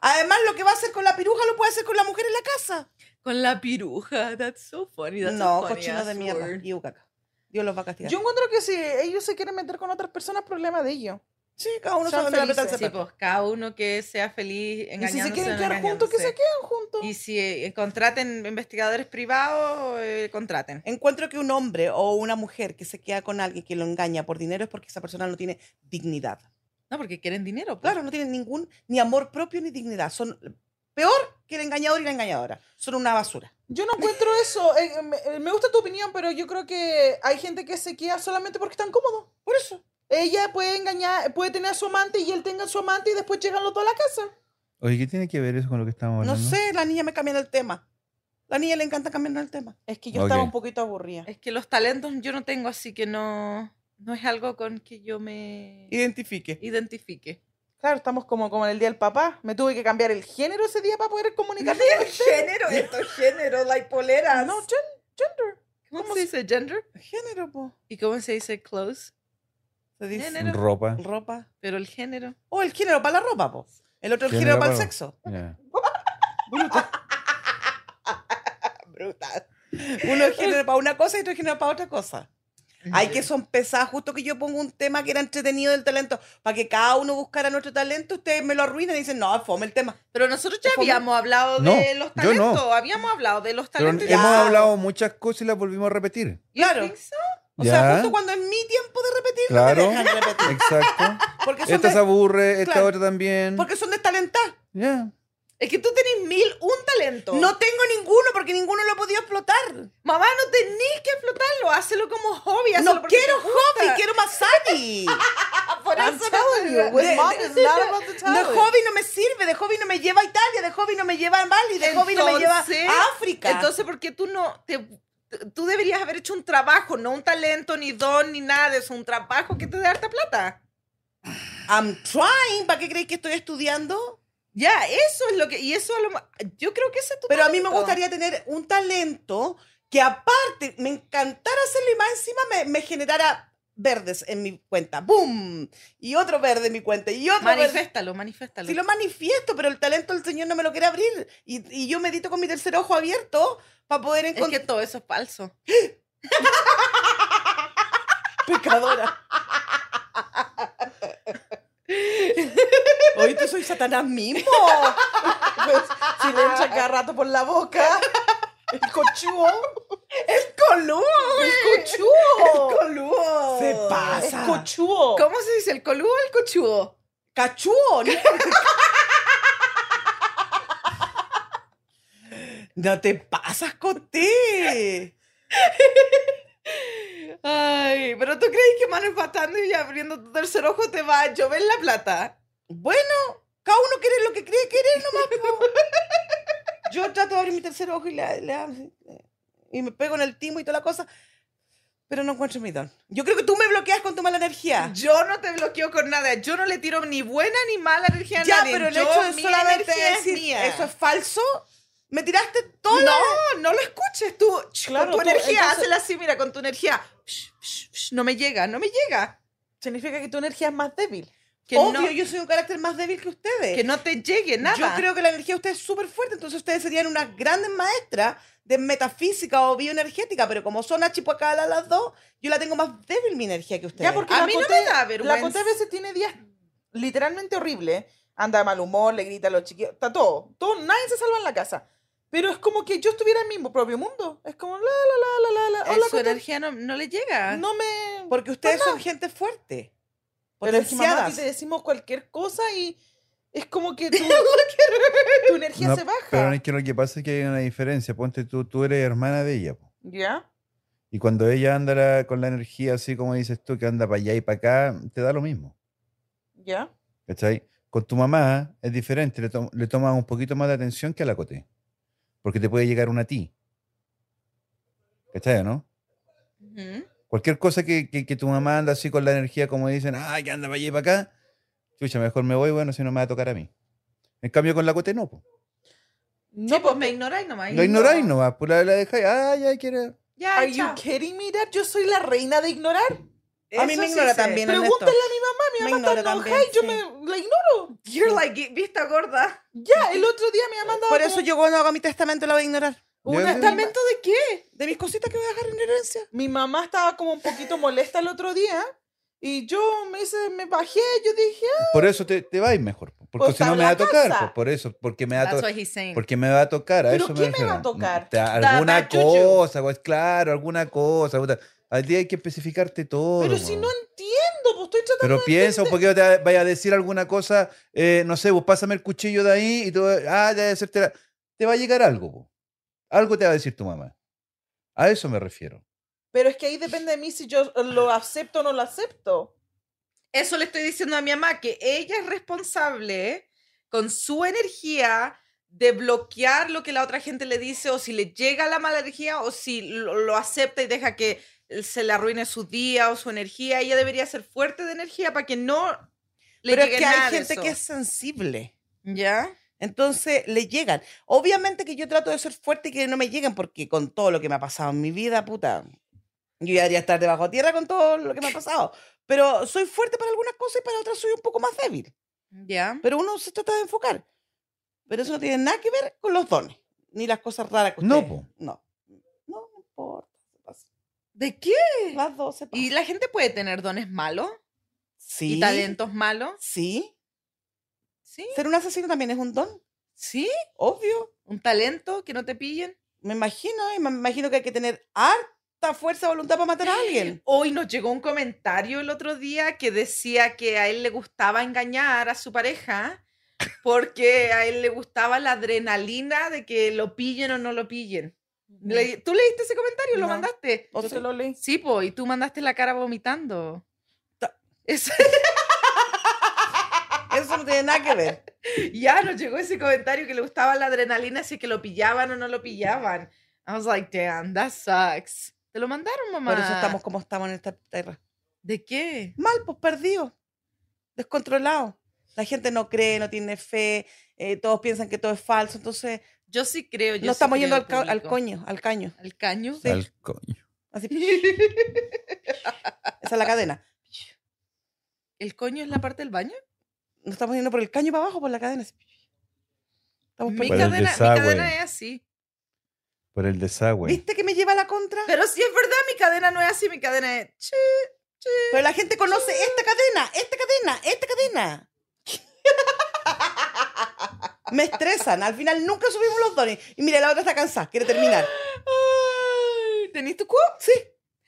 A: Además, lo que va a hacer con la piruja lo puede hacer con la mujer en la casa.
B: con la piruja. That's so funny. That's
A: No,
B: so funny
A: cochinos de
B: ass
A: mierda.
B: word.
A: Y ucaca. Dios los va a castigar.
D: Yo encuentro que si ellos se quieren meter con otras personas, problema de ellos.
A: sí, cada uno
D: Son
A: sabe dónde la
D: felices.
A: peta el
B: Sí,
A: zapato.
B: pues cada uno que sea feliz
D: Y si
B: engañándose.
D: se quieren
B: no
D: quedar juntos, que se
B: engañándose.
D: queden juntos.
B: Y si eh, contraten investigadores privados, eh, contraten.
A: Encuentro que un hombre o una mujer que se queda con alguien que lo engaña por dinero es porque esa persona no tiene dignidad.
B: No, porque quieren dinero. pues.
A: Claro, no tienen ningún ni amor propio ni dignidad. Son peor que el engañador y la engañadora. Son una basura.
D: Yo no encuentro eso. Eh, me, eh, me gusta tu opinión, pero yo creo que hay gente que se queda solamente porque están cómodos.
A: Por eso.
D: Ella puede engañar, puede tener a su amante y él tenga a su amante y después llegan los dos a la casa.
C: Oye, ¿qué tiene que ver eso con lo que estamos
A: No
C: hablando?
A: sé, la niña me cambió el tema. La niña le encanta cambiar el tema.
D: Es que yo
C: Ok.
D: estaba un poquito aburrida.
B: Es que los talentos yo no tengo, así que no, no es algo con que yo me
A: Identifique.
B: identifique.
D: Claro, estamos como, como en el día del papá. Me tuve que cambiar el género ese día para poder comunicarme. con ustedes.
B: género, estos géneros, like poleras.
D: no, gen- gender.
B: ¿Cómo, se dice gender?
A: Género, po.
B: ¿Y cómo se dice close?
A: Se dice.
B: Género.
C: Ropa.
A: Ropa.
B: Pero el género.
A: O el género para la ropa, po. El otro el
C: Género
A: género para el
C: para-
A: sexo.
C: Ya.
A: Brutal. Uno es género para una cosa y otro es género para otra cosa. Hay que son pesadas. Justo que yo pongo un tema que era entretenido del talento. Para que cada uno buscara nuestro talento, ustedes me lo arruinan y dicen, no, fome el tema.
B: Pero nosotros ya
A: Ojo,
B: habíamos hablado
C: No,
B: de los
C: yo no.
B: talentos. Habíamos hablado de los
C: Pero
B: talentos.
C: hemos
A: Ya.
C: hablado muchas cosas y las volvimos a repetir.
A: Claro. O sea,
C: Ya.
A: justo cuando es mi tiempo de repetir,
C: Claro.
A: no me dejan repetir.
C: Exacto.
A: Porque son,
C: Esta se
A: de,
C: aburre, esta
A: Claro.
C: otra también.
A: porque son destalentadas.
C: Ya.
B: Es que tú tenés mil, un talento.
A: No tengo ninguno porque ninguno lo he podido explotar.
B: mamá, no tenés que explotarlo. Hazlo como hobby. hazlo
A: No
B: porque
A: quiero
B: te gusta.
A: hobby, quiero <laughs> masari.
B: Ah, por
D: I'm
B: eso
D: telling you,
B: De-
D: with
B: de-
D: mom is not about the
A: De
D: talent.
A: hobby no me sirve, de hobby no me lleva a Italia, de hobby no me lleva a Bali, de hobby no me lleva
B: Entonces-
A: a África.
B: Entonces, ¿por qué tú no te Tú deberías haber hecho un trabajo, no un talento, ni don, ni nada de eso. Un trabajo que te dé harta plata.
A: I'm trying, ¿para qué creéis que estoy estudiando?
B: Ya, eso es lo que. Y eso a lo ma- Yo creo que ese es tu
A: Pero a mí me
B: talento.
A: gustaría tener un talento que aparte me encantara hacerlo y más encima me, me generara verdes en mi cuenta. ¡Boom! Y otro verde en mi cuenta. Y otro verde.
B: Manifiéstalo, manifiéstalo.
A: Si lo manifiesto, pero el talento del Señor no me lo quiere abrir. Y, y yo medito con mi tercer ojo abierto para poder
B: Es que
A: encontrar...
B: todo eso es falso.
A: Pecadora. Hoy tú soy Satanás mismo.
D: Pues, si le entra cada rato por la boca. El cochudo.
A: ¡Colúo!
D: El cochudo.
A: ¡Colúo! Se
D: Es
A: <laughs> pasa.
D: cochudo.
B: ¿Cómo se dice? ¿El colú o el cochudo?
A: ¡Cachúo! No te pasas, Coté.
B: Ay, pero tú crees que manifestando y abriendo tu tercer ojo te va a llover la plata.
A: Bueno, cada uno quiere lo que cree querer nomás. po. Yo trato de abrir mi tercer ojo y, le- le abro, eh, y me pego en el timo y toda la cosa, pero no encuentro mi don. Yo creo que tú me bloqueas con tu mala energía.
B: Yo no te bloqueo con nada. Yo no le tiro ni buena ni mala energía a
A: Ya,
B: nadie.
A: pero el
B: Yo-
A: hecho de
B: mi
A: solamente
B: energía es
A: decir
B: mía.
A: eso es falso, me tiraste todo.
B: No, pues, no lo escuches tú. Ch,
D: Claro,
B: con tu
D: tú,
B: energía,
D: entonces-
B: hazla así, mira, con tu energía. Sh, sh, sh, no me llega, no me llega.
D: Significa que tu energía es más débil.
B: Que,
A: Obvio,
B: no,
A: yo soy un carácter más débil que ustedes.
B: que no te llegue nada.
A: Yo creo que la energía de ustedes es súper fuerte, entonces ustedes serían unas grandes maestras de metafísica o bioenergética, pero como son achipuacadas las dos, yo la tengo más débil mi energía que ustedes.
D: Ya, porque
B: A
D: la
B: mí no
D: Coté,
B: me da vergüenza.
D: La Coté a veces tiene días literalmente horribles. Anda de mal humor, le grita a los chiquillos, está todo. Todo, nadie se salva en la casa. Pero es como que yo estuviera en mi propio mundo. Es como la, la, la, la, la, la. Hola,
B: Eh, su
D: ¿cómo estás?
B: energía no, no le llega.
D: no me...
A: Porque ustedes son gente fuerte.
D: Pero es que mamá,
A: Potenciadas.
D: aquí te decimos cualquier cosa y es como <laughs> que tu, tu energía
C: No,
D: se baja.
C: Pero es que lo que pasa es que hay una diferencia. Ponte tú, tú eres hermana de ella. po.
D: ¿Ya?
C: Y cuando ella anda la- con la energía así como dices tú, que anda para allá y para acá, te da lo mismo.
D: ¿Ya?
C: ¿Cachai? Con tu mamá es diferente, le, tom- le tomas un poquito más de atención que a la Coté. Porque te puede llegar una a ti. ¿Cachai, o no?
B: Ujú.
C: Cualquier cosa que, que- que tu mamá anda así con la energía, como dicen, ah, que anda para allá y para acá, chucha, mejor me voy, bueno, si no me va a tocar a mí. En cambio, con la Coté no, po.
D: No,
B: Sí, pues
D: porque-
B: me ignoráis nomás.
C: Lo ignoráis no va, pues la, la dejáis, ah, ya quiere.
B: Ya,
D: Are you
B: chao.
D: kidding me, Dad? Yo soy la reina de ignorar.
A: A mí
B: Eso
A: me
B: sí
A: ignora
B: sé.
A: también. en
D: Pregúntale
A: esto.
D: Mi
A: Me
D: mamá está
A: ignora
D: enojada
A: también,
D: y yo
A: sí.
D: me la ignoro.
B: You're like, vista gorda.
D: Ya, el otro día mi mamá andaba
A: Por eso
D: como-
A: yo cuando haga mi testamento la voy a ignorar.
C: Yo-
D: una
B: ¿Testamento de qué?
A: De mis cositas que voy a dejar en herencia.
D: mi mamá estaba como un poquito molesta el otro día y yo me, hice- me bajé, yo dije, "Ah,
C: Por eso te, te vais mejor, po, porque
D: Pues
C: si no
D: para
C: me
D: la
C: va a tocar,
D: casa.
C: po, por eso, porque me va a
B: That's
C: tocar.
B: what he's saying.
C: Porque me va a tocar, a
D: ¿Pero
C: eso
D: qué me va
C: refiero.
D: a tocar?
C: No, te-
B: da
C: alguna
B: chuchu.
C: cosa, pues, claro, alguna cosa. puta. Al día hay que especificarte todo.
D: "Ah, pero si
C: weón.
D: no entiendo, pues estoy tratando...
C: Pero piensa, ¿por qué te vaya a decir alguna cosa? eh, no sé, vos pásame el cuchillo de ahí y tú, ah, ya hacerte la- Te va a llegar algo, po. algo te va a decir tu mamá. A eso me refiero.
D: Pero es que ahí depende de mí si yo lo acepto o no lo acepto.
B: Eso le estoy diciendo a mi mamá, que ella es responsable con su energía de bloquear lo que la otra gente le dice o si le llega la mala energía o si lo, lo acepta y deja que se le arruine su día o su energía. Ella debería ser fuerte de energía para que no le
A: Pero
B: llegue
A: es que
B: nada
A: hay
B: de
A: gente
B: eso.
A: que es sensible.
B: ¿Ya?
A: Entonces le llegan. Obviamente que yo trato de ser fuerte y que no me lleguen, porque con todo lo que me ha pasado en mi vida, puta, yo ya debería estar debajo de tierra con todo lo que me ha pasado. Pero soy fuerte para algunas cosas y para otras soy un poco más débil.
B: ¿Ya?
A: Pero uno se trata de enfocar. Pero eso no tiene nada que ver con los dones, ni las cosas raras que
C: No,
A: ustedes-
C: po.
A: No, no, no importa. se pasa.
B: ¿De qué?
A: Las dos se
B: ¿Y
A: pasan.
B: la gente puede tener dones malos
A: Sí,
B: y talentos malos?
A: Sí.
B: ¿Sí?
A: Ser un asesino también es un don,
B: ¿Sí?
A: obvio.
B: ¿Un talento que no te pillen?
A: Me imagino, y me imagino que hay que tener harta fuerza de voluntad para matar a
B: <laughs>
A: alguien.
B: Hoy nos llegó un comentario el otro día que decía que a él le gustaba engañar a su pareja porque a él le gustaba la adrenalina de que lo pillen o no lo pillen. Le- ¿Tú leíste ese comentario? ¿Lo
D: No.
B: mandaste?
A: O
D: Yo
A: sea,
D: te lo leí.
B: Sí, po, y tú mandaste la cara vomitando.
A: Ta-
B: Eso- <laughs>
A: Eso no tiene nada que ver.
B: ya nos llegó ese comentario que le gustaba la adrenalina si que lo pillaban o no lo pillaban. I was like, damn, that sucks. Te lo mandaron, mamá.
A: Por eso estamos como estamos en esta tierra.
B: ¿De qué?
A: Mal, pues perdidos, descontrolados. La gente no cree, no tiene fe, eh, todos piensan que todo es falso, entonces
B: Yo sí creo. Yo
A: no
B: sí
A: estamos
B: creo
A: yendo al, ca- al
B: público.
A: coño, al caño.
B: Al caño.
A: Sí.
C: Al coño.
B: <laughs>
A: Así, esa es la cadena.
B: ¿El coño es la parte del baño?
A: No estamos yendo por el caño para abajo, por la cadena. así. Estamos por
B: Mi
A: ahí.
C: Bueno, el
B: cadena, mi
C: desagüe.
B: cadena es así.
C: Por el desagüe.
A: ¿Viste que me lleva a la contra?
B: Pero si es verdad, mi cadena no es así, mi cadena es... chi.
A: Pero la gente conoce esta cadena, esta cadena, esta cadena. Me estresan. Al final nunca subimos los dones. Y mira, la otra está cansada, quiere terminar.
B: Ay, ¿Tenís tu cuo?
A: Sí.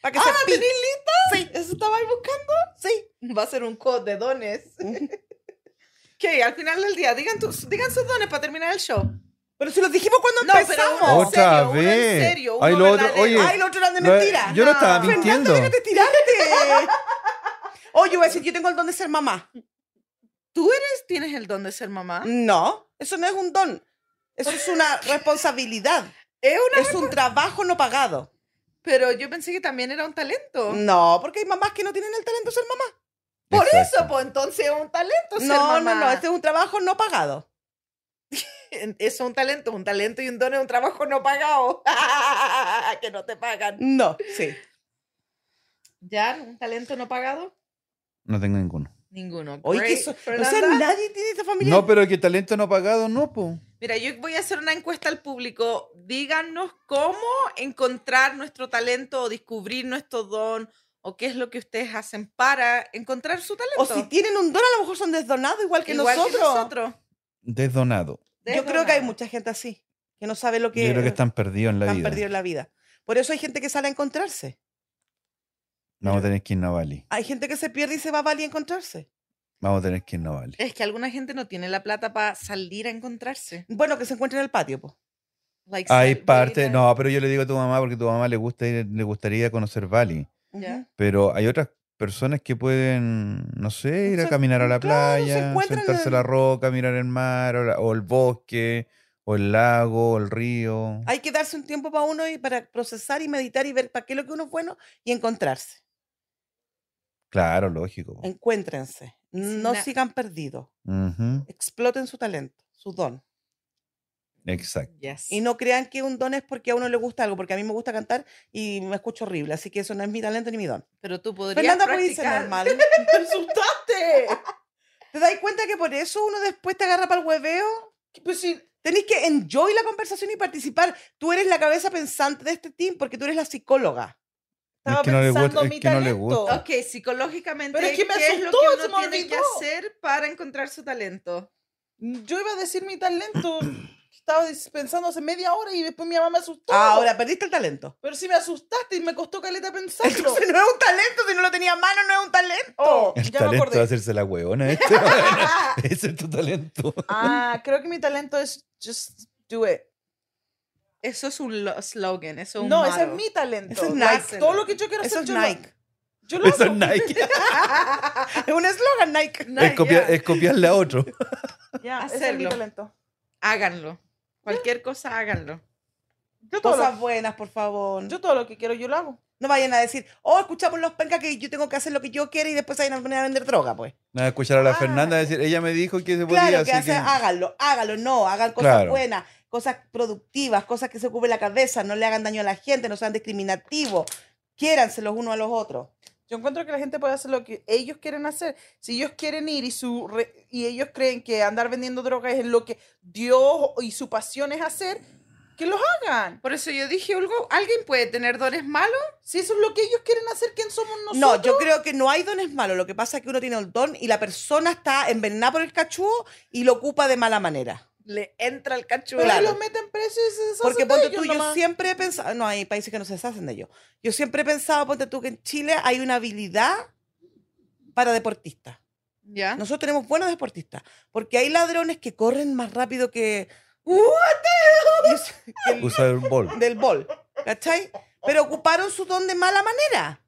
A: Para que
B: Ah,
A: se
B: ¿tenís
A: pique.
B: lista?
A: Sí.
B: ¿Eso estaba ahí buscando?
A: Sí.
B: Va a ser un code de dones. <laughs> que al final del día, digan, tus- digan sus dones para terminar el show.
A: Pero si los dijimos cuando
B: No, pero
A: empezamos.
B: uno-
A: O
C: Otra
B: serio, uno en
C: vez.
B: serio, uno
C: Ay, lo otro,
B: verdadero.
C: oye,
A: sea, Ay, los otros eran de
C: lo-
A: mentira.
C: yo no estaba
B: No.
C: mintiendo.
A: Fernando, déjate tirarte. Oye, voy a decir, yo tengo el don de ser mamá.
B: ¿Tú eres, tienes el don de ser mamá?
A: No, eso no es un don. Eso es una responsabilidad.
B: Es una...
A: Es un trabajo no pagado.
B: Eh, Pero yo pensé que también era un talento.
A: No, porque hay mamás que no tienen el talento de ser mamá.
B: Por
C: Exacto.
B: eso, pues entonces es un talento ser
A: No,
B: mamá.
A: no, no, este es un trabajo no pagado.
B: en- eso es un talento, un talento y un don es un trabajo no pagado. <laughs> que no te pagan.
A: No, sí.
B: ¿Ya? ¿Un talento no pagado?
C: No tengo ninguno.
B: Ninguno.
A: Oye, que
B: Great,
A: eso, o sea,
B: Fernanda.
A: nadie tiene esta familia.
C: No, pero que talento no pagado, no, po.
B: Mira, yo voy a hacer una encuesta al público. Díganos cómo encontrar nuestro talento o descubrir nuestro don o qué es lo que ustedes hacen para encontrar su talento.
A: o si tienen un don, a lo mejor son desdonados igual que
B: Igual
A: nosotros.
B: nosotros.
C: Desdonado.
A: Yo creo que hay
B: Desdonados.
A: mucha gente así. que no sabe lo que,
C: Yo creo que están perdidos en la
A: están
C: vida.
A: perdidos en la vida. Por eso hay gente que sale a encontrarse.
C: Vamos a tener que irnos a Bali.
A: Hay gente que se pierde y se va a Bali a encontrarse.
C: Vamos a tener que irnos a Bali.
B: Es que alguna gente no tiene la plata para salir a encontrarse.
A: Bueno, que se encuentren en el patio, pues.
B: Like,
C: Hay
B: salir
C: parte,
B: a-
C: no, pero yo le digo a tu mamá porque tu mamá le gusta ir- le gustaría conocer Bali,
B: Ya.
C: pero hay otras personas que pueden, no sé, ir a
A: Se-
C: caminar a la
A: claro, se
C: playa,
A: encuentran
C: sentarse a la
A: en-
C: roca, mirar el mar o, la- o el bosque o el lago o el río.
A: Hay que darse un tiempo para uno y para procesar y meditar y ver para qué es lo que uno es bueno y encontrarse.
C: Claro, lógico. po.
A: Encuéntrense. No
B: na-
A: sigan perdidos.
C: Ujú,
A: Exploten su talento, su don.
C: Exacto.
B: Yes.
A: Y no crean que un don es porque a uno le gusta algo, porque a mí me gusta cantar y me escucho horrible. Así que eso no es mi talento ni mi don.
B: Pero tú podrías
A: Fernanda puede ser
B: practicar.
A: normal.
D: ¡Me asustaste! <laughs>
A: ¿Te das cuenta que por eso uno después te agarra para el hueveo?
D: Que, Pues sí,
A: Tenéis que enjoy la conversación y participar. Tú eres la cabeza pensante de este team porque tú eres la psicóloga.
C: Es
D: estaba
C: que no le gusta-
D: pensando
C: es
D: mi
C: que no le
D: talento.
C: gusta.
B: Ok, psicológicamente,
D: Pero es que me
B: ¿qué es lo
D: asustó,
B: que
D: se
B: uno
D: me
B: tiene que
D: olvidó.
B: hacer para encontrar su talento?
D: Yo iba a decir mi talento. Estaba dis- pensando hace media hora y después mi mamá me asustó.
A: Ahora, perdiste el talento.
D: Pero sí me asustaste y me costó caleta pensarlo.
A: Entonces no es un talento, si no lo tenía a mano, no es un talento.
D: Oh,
C: El
D: ya me
C: talento de
D: acordé.
C: hacerse la huevona. Este. <laughs> Ese es tu talento.
D: Ah, creo que mi talento es just do it.
B: Eso es un lo- slogan, eso es un
D: No, ese es
B: motto.
D: mi talento.
A: Eso es
D: Like,
A: Nike.
D: Todo lo que yo quiero
A: Eso
D: hacer
A: es
D: yo lo-
A: Nike. <laughs>
D: Yo lo
C: Eso es
D: hago.
C: Nike.
A: Es un eslogan Nike.
C: Es, copiar,
B: ya.
C: es copiarle a otro.
D: Ya, ese es mi
B: Hacerlo.
D: talento.
B: Háganlo. Cualquier cosa, háganlo.
D: Yo todo,
A: Cosas
D: lo,
A: buenas, por favor.
D: yo todo lo que quiero, yo lo hago.
A: No vayan a decir, oh, escuchamos los pencas que yo tengo que hacer lo que yo quiera y después se van a poner a vender droga, pues.
C: Nada, escuchar a la
D: Ah.
C: Fernanda decir, ella me dijo que se podía,
A: Claro, que,
C: así
A: hace-
C: que-
A: háganlo, háganlo, no, hagan cosas
C: Claro.
A: buenas, cosas productivas, cosas que se ocupen la cabeza, no le hagan daño a la gente, no sean discriminativos, quiéranse los unos a los otros.
D: Yo encuentro que la gente puede hacer lo que ellos quieren hacer. Si ellos quieren ir y, su re- y ellos creen que andar vendiendo drogas es lo que Dios y su pasión es hacer, que los hagan.
B: Por eso yo dije, algo, ¿alguien puede tener dones malos?
D: Si eso es lo que ellos quieren hacer, ¿quién somos nosotros?
A: No, yo creo que no hay dones malos, lo que pasa es que uno tiene un don y la persona está envenenada por el cachúo y lo ocupa de mala manera.
B: Le entra el
D: Pero
B: cachuelo.
A: claro.
D: ellos meten precio y se deshacen
A: Porque
D: de
A: ponte
D: ellos
A: tú, yo
D: nomás.
A: siempre he pensado, no, hay países que no se deshacen de ello. Yo siempre he pensado, ponte tú, que en Chile hay una habilidad para deportistas.
B: ¿Ya?
A: Nosotros tenemos buenos deportistas, porque hay ladrones que corren más rápido que... Y es- que el-
C: usar un bol.
A: del bol, ¿cachai? Pero ocuparon su don de mala manera.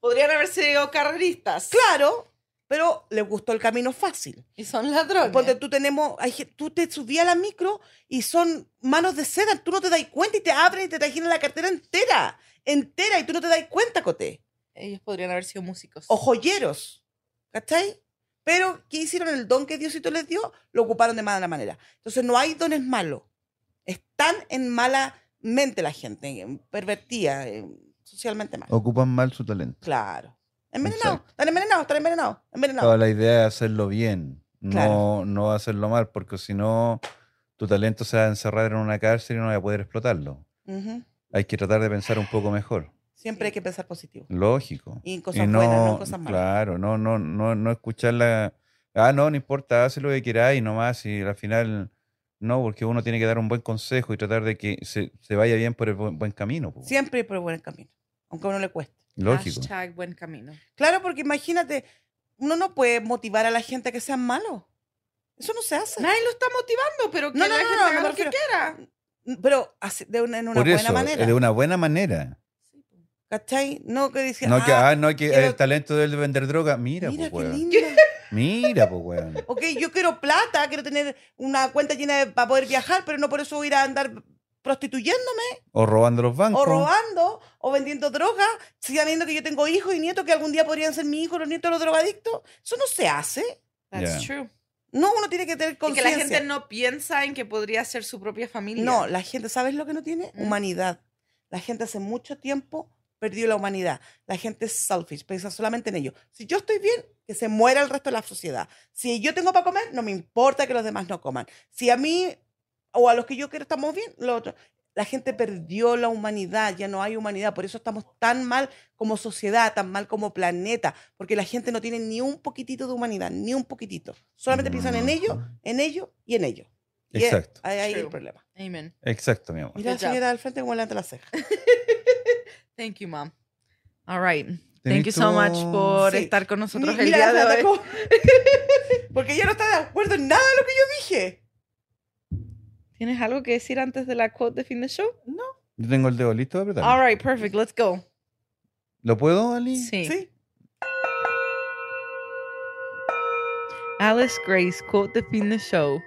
B: Podrían haber sido carreristas.
A: Claro, pero les gustó el camino fácil.
B: Y son ladrones.
A: Ponte tú tenemos, hay gen- tú te subías a la micro y son manos de seda, tú no te das cuenta y te abren y te trajeron la cartera entera, entera y tú no te das cuenta, Cote.
B: Ellos podrían haber sido músicos.
A: O joyeros, ¿cachai? Pero ¿qué hicieron? El don que Diosito les dio, lo ocuparon de mala manera. Entonces no hay dones malos, están en mala mente la gente, en- pervertida, en- socialmente mal.
C: Ocupan mal su talento.
A: Claro. Envenenado, están envenenados, están envenenados, envenenados.
C: Toda la idea es hacerlo bien,
A: Claro.
C: no, no hacerlo mal, porque si no, tu talento se va a encerrar en una cárcel y no vas a poder explotarlo.
A: Ujú.
C: Hay que tratar de pensar un poco mejor.
A: Siempre hay que pensar positivo.
C: Lógico.
A: Y en cosas buenas, no en cosas malas.
C: Claro, no, no, no, no escuchar la. Ah, no, no importa, haz lo que queráis nomás. Y al final, no, porque uno tiene que dar un buen consejo y tratar de que se, se vaya bien por el buen, buen camino. po.
A: Siempre ir por el buen camino, aunque a uno le cueste.
C: Lógico.
B: Hashtag buen camino.
A: Claro, porque imagínate, uno no puede motivar a la gente a que sean malos. Eso no se hace.
B: Nadie lo está motivando, pero que
A: No, no,
B: la
A: no,
B: gente
A: no,
B: haga
A: me
B: lo que
A: refiero-
B: quiera.
A: Mm, Pero hace- de una, en una
C: Por
A: buena
C: eso,
A: manera.
C: de una buena manera.
A: ¿Cachai? No que dice,
C: No que,
A: ah,
C: ah, no que
A: quiero-
C: el talento de él de vender droga. Mira,
A: mira
C: pues,
A: qué
C: weón.
A: lindo.
C: <laughs> Mira, pues, weón.
A: Ok, yo quiero plata, quiero tener una cuenta llena de, para poder viajar, pero no por eso voy a ir a andar prostituyendo.
C: O robando los bancos.
A: o robando o vendiendo droga, sabiendo que yo tengo hijos y nietos que algún día podrían ser mis hijos, los nietos de los drogadictos. Eso no se hace.
B: That's
C: Ya.
B: true.
A: No, uno tiene que tener
B: Y que la gente
A: conciencia.
B: no piensa en que podría ser su propia familia.
A: No, la gente, ¿sabes lo que no tiene?
B: Mm.
A: Humanidad. La gente hace mucho tiempo perdió la humanidad. La gente es selfish, piensa solamente en ello. Si yo estoy bien, que se muera el resto de la sociedad. Si yo tengo para comer, no me importa que los demás no coman. Si a mí o a los que yo quiero estamos bien, lo otro. La gente perdió la humanidad, ya no hay humanidad, por eso estamos tan mal como sociedad, tan mal como planeta, porque la gente no tiene ni un poquitito de humanidad, ni un poquitito. Solamente piensan en ello, en ello y en ello. Y es-
C: Mm. Exacto.
A: ahí- ahí
B: True.
A: el problema.
B: Amen.
C: Exacto, mi amor.
A: Mira la
B: Good job.
A: señora al frente como delante de la ceja.
B: Thank you, mom. All right.
C: Tenés
B: Thank you so
C: tu-
B: much por
A: Sí.
B: estar con nosotros
A: Mi-
B: el
A: mira,
B: día de
A: la
B: hoy.
A: atacó. <laughs> Porque ella no está de acuerdo en nada de lo que yo dije.
B: ¿Tienes algo que decir antes de la quote de fin de show?
C: Yo tengo el dedo listo para apretar.
B: All right, perfect. Let's go.
C: ¿Lo puedo, Ali?
A: Sí.
B: Sí. Alice Grace, quote de fin de show.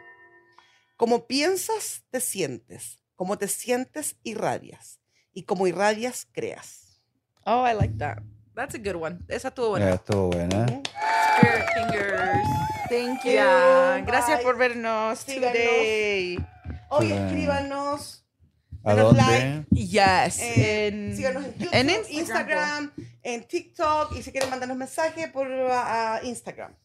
A: Como piensas, te sientes. Como te sientes, irradias. Y como irradias, creas.
B: Oh, I like that. That's a good one. Esa estuvo
C: Ya,
B: buena.
C: estuvo buena.
A: ¿Mm?
B: Spirit Fingers.
A: Thank
B: Yeah. Gracias
A: Bye.
B: por vernos
A: Síganos.
B: today.
A: Oye,
C: Bueno.
A: escríbanos.
C: ¿A
A: Menos
C: dónde?
A: like.
B: Yes.
A: Eh,
B: en-
A: Síganos en YouTube,
B: Mm. en pues.
A: Instagram, en TikTok. Y si quieren mandarnos mensajes por ah, ah, Instagram.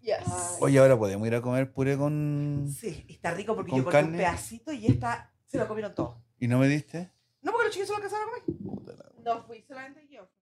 B: Yes.
C: Oye, ahora podemos ir a comer puré con.
A: Sí, y está rico porque
C: Mm. ¿Con
A: yo corté un
C: carne?
A: pedacito y esta se lo comieron todo.
C: ¿Y no me diste?
A: No, porque los chicos son los que se van a comer.
D: No fui solamente yo.